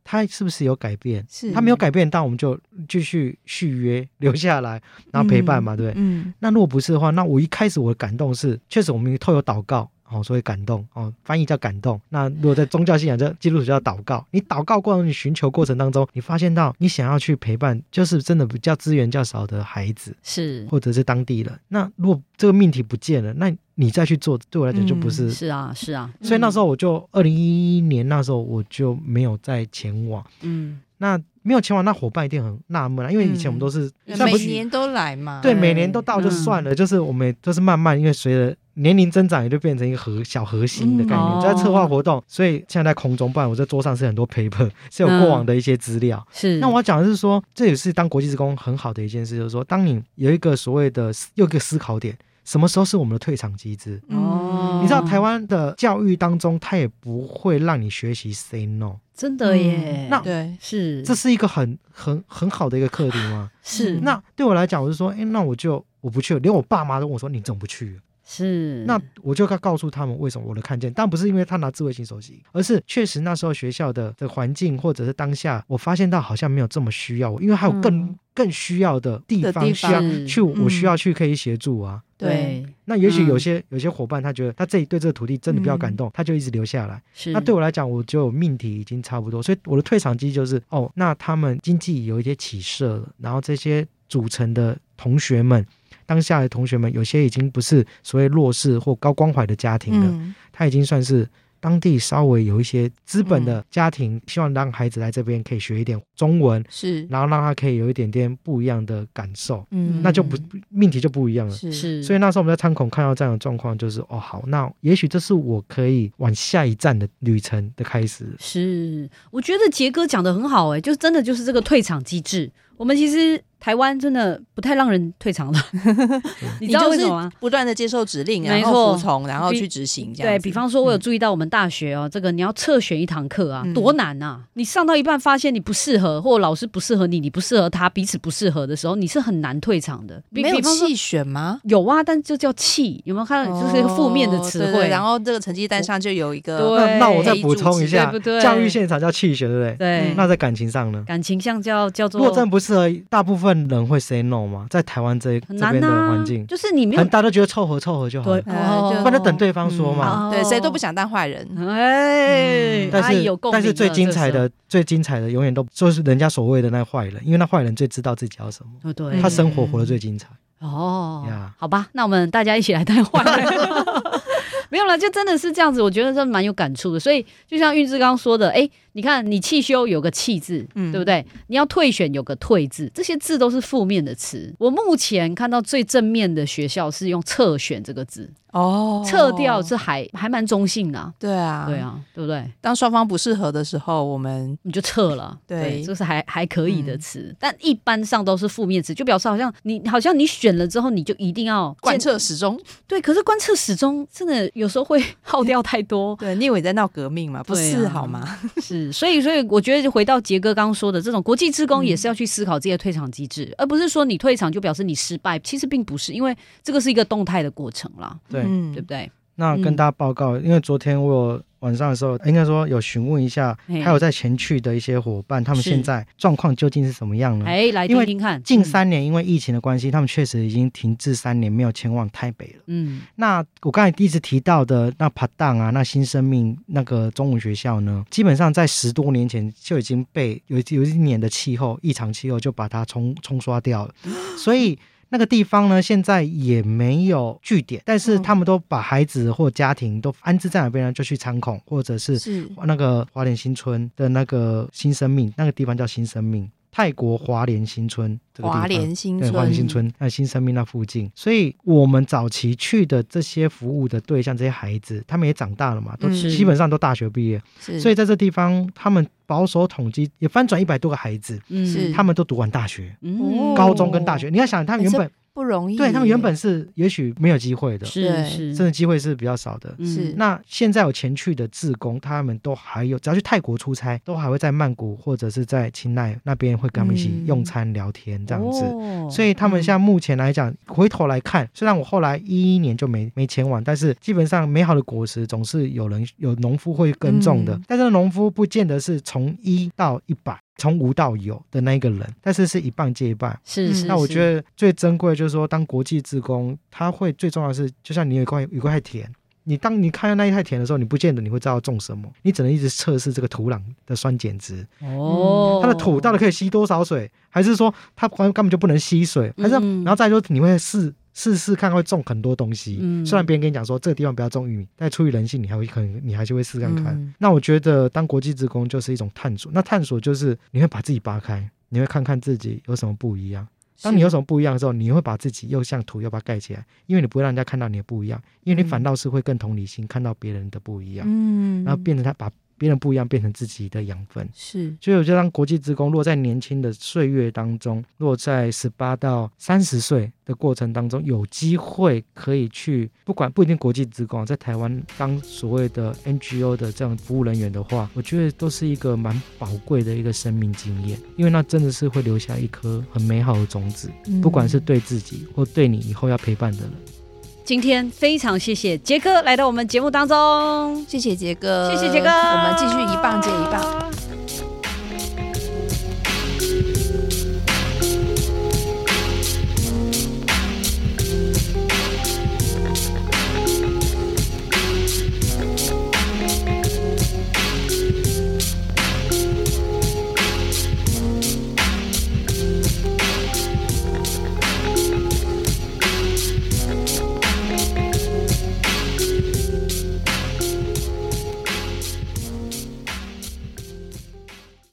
Speaker 3: 它是不是有改变？
Speaker 1: 是
Speaker 3: 它没有改变，但我们就继续续约留下来，然后陪伴嘛，对不对？
Speaker 1: 嗯，
Speaker 3: 那如果不是的话，那我一开始我的感动是，确实我们透有祷告。哦，所以感动哦，翻译叫感动。那如果在宗教信仰，这基督徒叫祷告。你祷告过程、你寻求过程当中，你发现到你想要去陪伴，就是真的比较资源较少的孩子，
Speaker 2: 是
Speaker 3: 或者是当地人。那如果这个命题不见了，那你再去做，对我来讲就不
Speaker 1: 嗯
Speaker 3: 是
Speaker 2: 是啊是啊，
Speaker 3: 所以那时候我就二零一一年那时候我就没有再前往。
Speaker 2: 嗯，
Speaker 3: 那没有前往，那伙伴一定很纳闷啊，因为以前我们都是、虽然
Speaker 1: 每
Speaker 3: 不是
Speaker 1: 年都来嘛，
Speaker 3: 对
Speaker 2: 嗯
Speaker 3: 每年都到就算了，就是我们也就是慢慢，因为随着年龄增长，也就变成一个核小核心的概念，
Speaker 2: 嗯
Speaker 3: 就在策划活动。所以现在在空中，不然我在桌上是很多
Speaker 2: 嗯
Speaker 3: paper，是有过往的一些资料。
Speaker 2: 是。
Speaker 3: 那我要讲的是说，这也是当国际职工很好的一件事，就是说，当你有一个所谓的又一个思考点，什么时候是我们的退场机制？
Speaker 1: 嗯
Speaker 2: 哦
Speaker 3: 你知道台湾的教育当中，他也不会让你学习 say no，
Speaker 2: 真的耶，
Speaker 3: 嗯那
Speaker 1: 对，
Speaker 2: 是
Speaker 3: 这是一个很很很好的一个课题吗？
Speaker 2: 是
Speaker 3: 那对我来讲，我就说，哎、那我就我不去了，连我爸妈都问我说，你怎么不去？
Speaker 2: 是
Speaker 1: 嗯
Speaker 3: 那我就要告诉他们为什么我的看见，但不是因为他拿智慧型手机，而是确实那时候学校的的环境或者是当下，我发现到好像没有这么需要我，因为还有更、
Speaker 1: 嗯
Speaker 3: 更需要的地
Speaker 1: 的
Speaker 3: 方
Speaker 1: 地
Speaker 3: 需要
Speaker 2: 方
Speaker 3: 去，我需要
Speaker 1: 嗯
Speaker 3: 去可以协助啊。
Speaker 1: 对，
Speaker 2: 对
Speaker 3: 那也许
Speaker 2: 嗯
Speaker 3: 有些、有些伙伴他觉得他自己对这个土地真的比较感
Speaker 1: 嗯
Speaker 3: 动，他就一直留下来。
Speaker 2: 是
Speaker 3: 那对我来讲，我就有命题已经差不多，所以我的退场机就是哦，那他们经济有一些起色了，然后这些组成的同学们，当下的同学们，有些已经不是所谓弱势或高关怀的家庭了，
Speaker 1: 嗯，
Speaker 3: 他已经算是。当地稍微有一些资本
Speaker 1: 嗯
Speaker 3: 的家庭，希望让孩子来这边可以学一点中文，
Speaker 1: 是，
Speaker 3: 然后让他可以有一点点不一样的感受，
Speaker 1: 嗯
Speaker 3: 那就不命题就不一样了。
Speaker 1: 是
Speaker 2: 是，
Speaker 3: 所以那时候我们在仓孔看到这样的状况，就是哦好，那也许这是我可以往下一站的旅程的开始。
Speaker 2: 是，我觉得杰哥讲的很好、欸，哎，就真的就是这个退场机制。我们其实台湾真的不太让人退场的， 你知道为什么吗？
Speaker 1: 不断的接受指令，然
Speaker 2: 没
Speaker 1: 后
Speaker 2: 错
Speaker 1: 服从，然后
Speaker 2: 比
Speaker 1: 去执行，这样
Speaker 2: 对
Speaker 1: 子
Speaker 2: 比方说，我有
Speaker 1: 嗯
Speaker 2: 注意到我们大学哦，这个你要测选一堂课啊，
Speaker 1: 嗯
Speaker 2: 多难啊！你上到一半发现你不适合，或老师不适合你，你不适合他，彼此不适合的时候，你是很难退场的。比
Speaker 1: 没有
Speaker 2: 比方说
Speaker 1: 弃选吗？
Speaker 2: 有啊，但就叫气，有没有看到？就是一个负面的
Speaker 1: 哦
Speaker 2: 词
Speaker 1: 对对
Speaker 2: 汇。
Speaker 1: 然后这个成绩单上就有一个
Speaker 2: 对
Speaker 3: 那那我再
Speaker 1: 对
Speaker 3: 补充一下
Speaker 2: 对不对，
Speaker 3: 教育现场叫弃学，对不对？
Speaker 2: 对
Speaker 1: 嗯
Speaker 3: 那在感情上呢？
Speaker 2: 感情上叫叫做
Speaker 3: 如果真的不适合大部分人会 say no 嘛，在台湾这
Speaker 2: 很
Speaker 3: 这
Speaker 2: 难
Speaker 3: 边的
Speaker 2: 呐、
Speaker 3: 环境，
Speaker 2: 就是你没
Speaker 3: 可
Speaker 2: 有
Speaker 3: 能大家都觉得凑合凑合就好
Speaker 2: 对
Speaker 3: 了，，
Speaker 1: 呃就
Speaker 3: 不然就等对方说嘛。
Speaker 2: 哦
Speaker 1: 对，谁都不想当坏人。
Speaker 2: 哎，
Speaker 3: 嗯但
Speaker 2: 阿
Speaker 3: 是
Speaker 2: 姨有共鸣
Speaker 3: 但
Speaker 2: 了
Speaker 3: 是最精彩，
Speaker 2: 这时
Speaker 3: 的最精彩的永远都就是人家所谓的那坏人，因为那坏人最知道自己要什么，
Speaker 2: 候哦对，
Speaker 3: 他生活活得最精彩。
Speaker 2: 哦
Speaker 3: 呀
Speaker 2: 好吧，那我们大家一起来带坏人。没有了，就真的是这样子，我觉得这蛮有感触的。所以就像玉志刚刚说的，哎，你看你弃修有个弃字，
Speaker 1: 嗯
Speaker 2: 对不对？你要退选有个退字，这些字都是负面的词。我目前看到最正面的学校是用撤选这个字，
Speaker 1: 哦
Speaker 2: 撤掉是还还蛮中性的啊、
Speaker 1: 对啊，
Speaker 2: 对。啊，对不对？
Speaker 1: 当双方不适合的时候，我们
Speaker 2: 你就撤了，
Speaker 1: 对
Speaker 2: 这是还还可以的
Speaker 1: 嗯
Speaker 2: 词，但一般上都是负面词，就表示好像你好像你选了之后，你就一定要
Speaker 1: 贯
Speaker 2: 见
Speaker 1: 彻始终。
Speaker 2: 对，可是贯彻始终真的有时候会耗掉太多，
Speaker 1: 对，你以为在闹革命吗？不
Speaker 2: 对啊
Speaker 1: 是好吗？
Speaker 2: 是，所以所以我觉得回到杰哥刚刚说的，这种国际职工也是要去思考自己的退场机制，而不是说你退场就表示你失败，其实并不是，因为这个是一个动态的过程啦，
Speaker 3: 对，
Speaker 2: 对
Speaker 1: 嗯
Speaker 2: 不对？
Speaker 3: 那跟
Speaker 2: 嗯
Speaker 3: 大家报告，因为昨天我有晚上的时候，应该说有询问一下，
Speaker 2: 嘿
Speaker 3: 还有在前去的一些伙伴，他们
Speaker 2: 是
Speaker 3: 现在状况究竟是什么样呢？
Speaker 2: 哎，来
Speaker 3: 嗯因
Speaker 2: 听
Speaker 3: 为
Speaker 2: 听看，
Speaker 3: 近三年因为疫情的关系，他们确实已经停滞三年，没有前往台北了。
Speaker 2: 嗯，嗯，
Speaker 3: 那我刚才一直提到的那帕当啊，那新生命那个中文学校呢，基本上在十多年前就已经被有有一年的气候异常气候就把它冲冲刷掉了，所以。那个地方呢，现在也没有据点，但是
Speaker 1: 嗯
Speaker 3: 他们都把孩子或家庭都安置在哪边呢？就去仓孔，或者是
Speaker 1: 是
Speaker 3: 那个华联新村的那个新生命，那个地方叫新生命，泰国华联新村这个地方。
Speaker 1: 华联新
Speaker 3: 对，
Speaker 1: 村，
Speaker 3: 华联新村那新生命那附近，所以我们早期去的这些服务的对象，这些孩子，他们也长大了嘛，都
Speaker 1: 嗯
Speaker 3: 基本上都大学毕业，
Speaker 1: 是，
Speaker 3: 所以在这地方，他们保守统计也翻转一百多个孩子，
Speaker 2: 嗯
Speaker 1: 是哦
Speaker 3: 他们都读完大学，
Speaker 2: 嗯
Speaker 3: 高中跟大学。你要想，他们原本
Speaker 1: 不容易耶。
Speaker 3: 对他们原本是也许没有机会的，
Speaker 2: 是
Speaker 1: 对
Speaker 2: 是
Speaker 3: 真的机会是比较少的。
Speaker 2: 嗯
Speaker 1: 是
Speaker 3: 那现在有前去的志工，他们都还有，只要去泰国出差，都还会在曼谷或者是在清奈那边会跟他们一起
Speaker 1: 嗯
Speaker 3: 用餐聊天这样子。
Speaker 2: 哦
Speaker 3: 所以他们现在目前来讲，回头来看，虽然我后来一一年就没没前往，但是基本上美好的果实总是有人有农夫会耕种的，
Speaker 1: 嗯
Speaker 3: 但是农夫不见得是从一到一百，从无到有的那一个人，但是是一半接一半。
Speaker 2: 是
Speaker 1: 嗯
Speaker 2: 是，
Speaker 3: 那我
Speaker 2: 是
Speaker 3: 觉得最珍贵就是说，当国际志工，他会最重要的是，就像你有一块有一块田，你当你看到那一块田的时候，你不见得你会知道种什么，你只能一直测试这个土壤的酸碱值。
Speaker 2: 哦，
Speaker 3: 它的土到底可以吸多少水，还是说它根根本就不能吸水，还是
Speaker 2: 嗯
Speaker 3: 然后再说你会试试试看会种很多东西。
Speaker 2: 嗯
Speaker 3: 虽然别人跟你讲说这个地方不要种玉米，但出于人性，你还会可能你还是会试看看。
Speaker 1: 嗯
Speaker 3: 那我觉得当国际职工就是一种探索，那探索就是你会把自己扒开，你会看看自己有什么不一样。当你有什么不一样的时候，你会把自己又像土又把它盖起来，因为你不会让人家看到你的不一样，因为你
Speaker 1: 嗯
Speaker 3: 反倒是会更同理心看到别人的不一样，
Speaker 1: 嗯
Speaker 3: 然后变成他把别人不一样变成自己的养分。
Speaker 1: 是
Speaker 3: 所以我觉得，当国际职工落在年轻的岁月当中，落在十八到三十岁的过程当中，有机会可以去，不管不一定国际职工啊，在台湾当所谓的 NGO 的这样服务人员的话，我觉得都是一个蛮宝贵的一个生命经验，因为那真的是会留下一颗很美好的种子，不管是对自己或对你以后要陪伴的人。
Speaker 2: 今天非常谢谢杰哥来到我们节目当中，
Speaker 1: 谢谢杰哥，
Speaker 2: 谢谢杰哥，
Speaker 1: 呃我们继续一棒接一棒。
Speaker 2: 棒。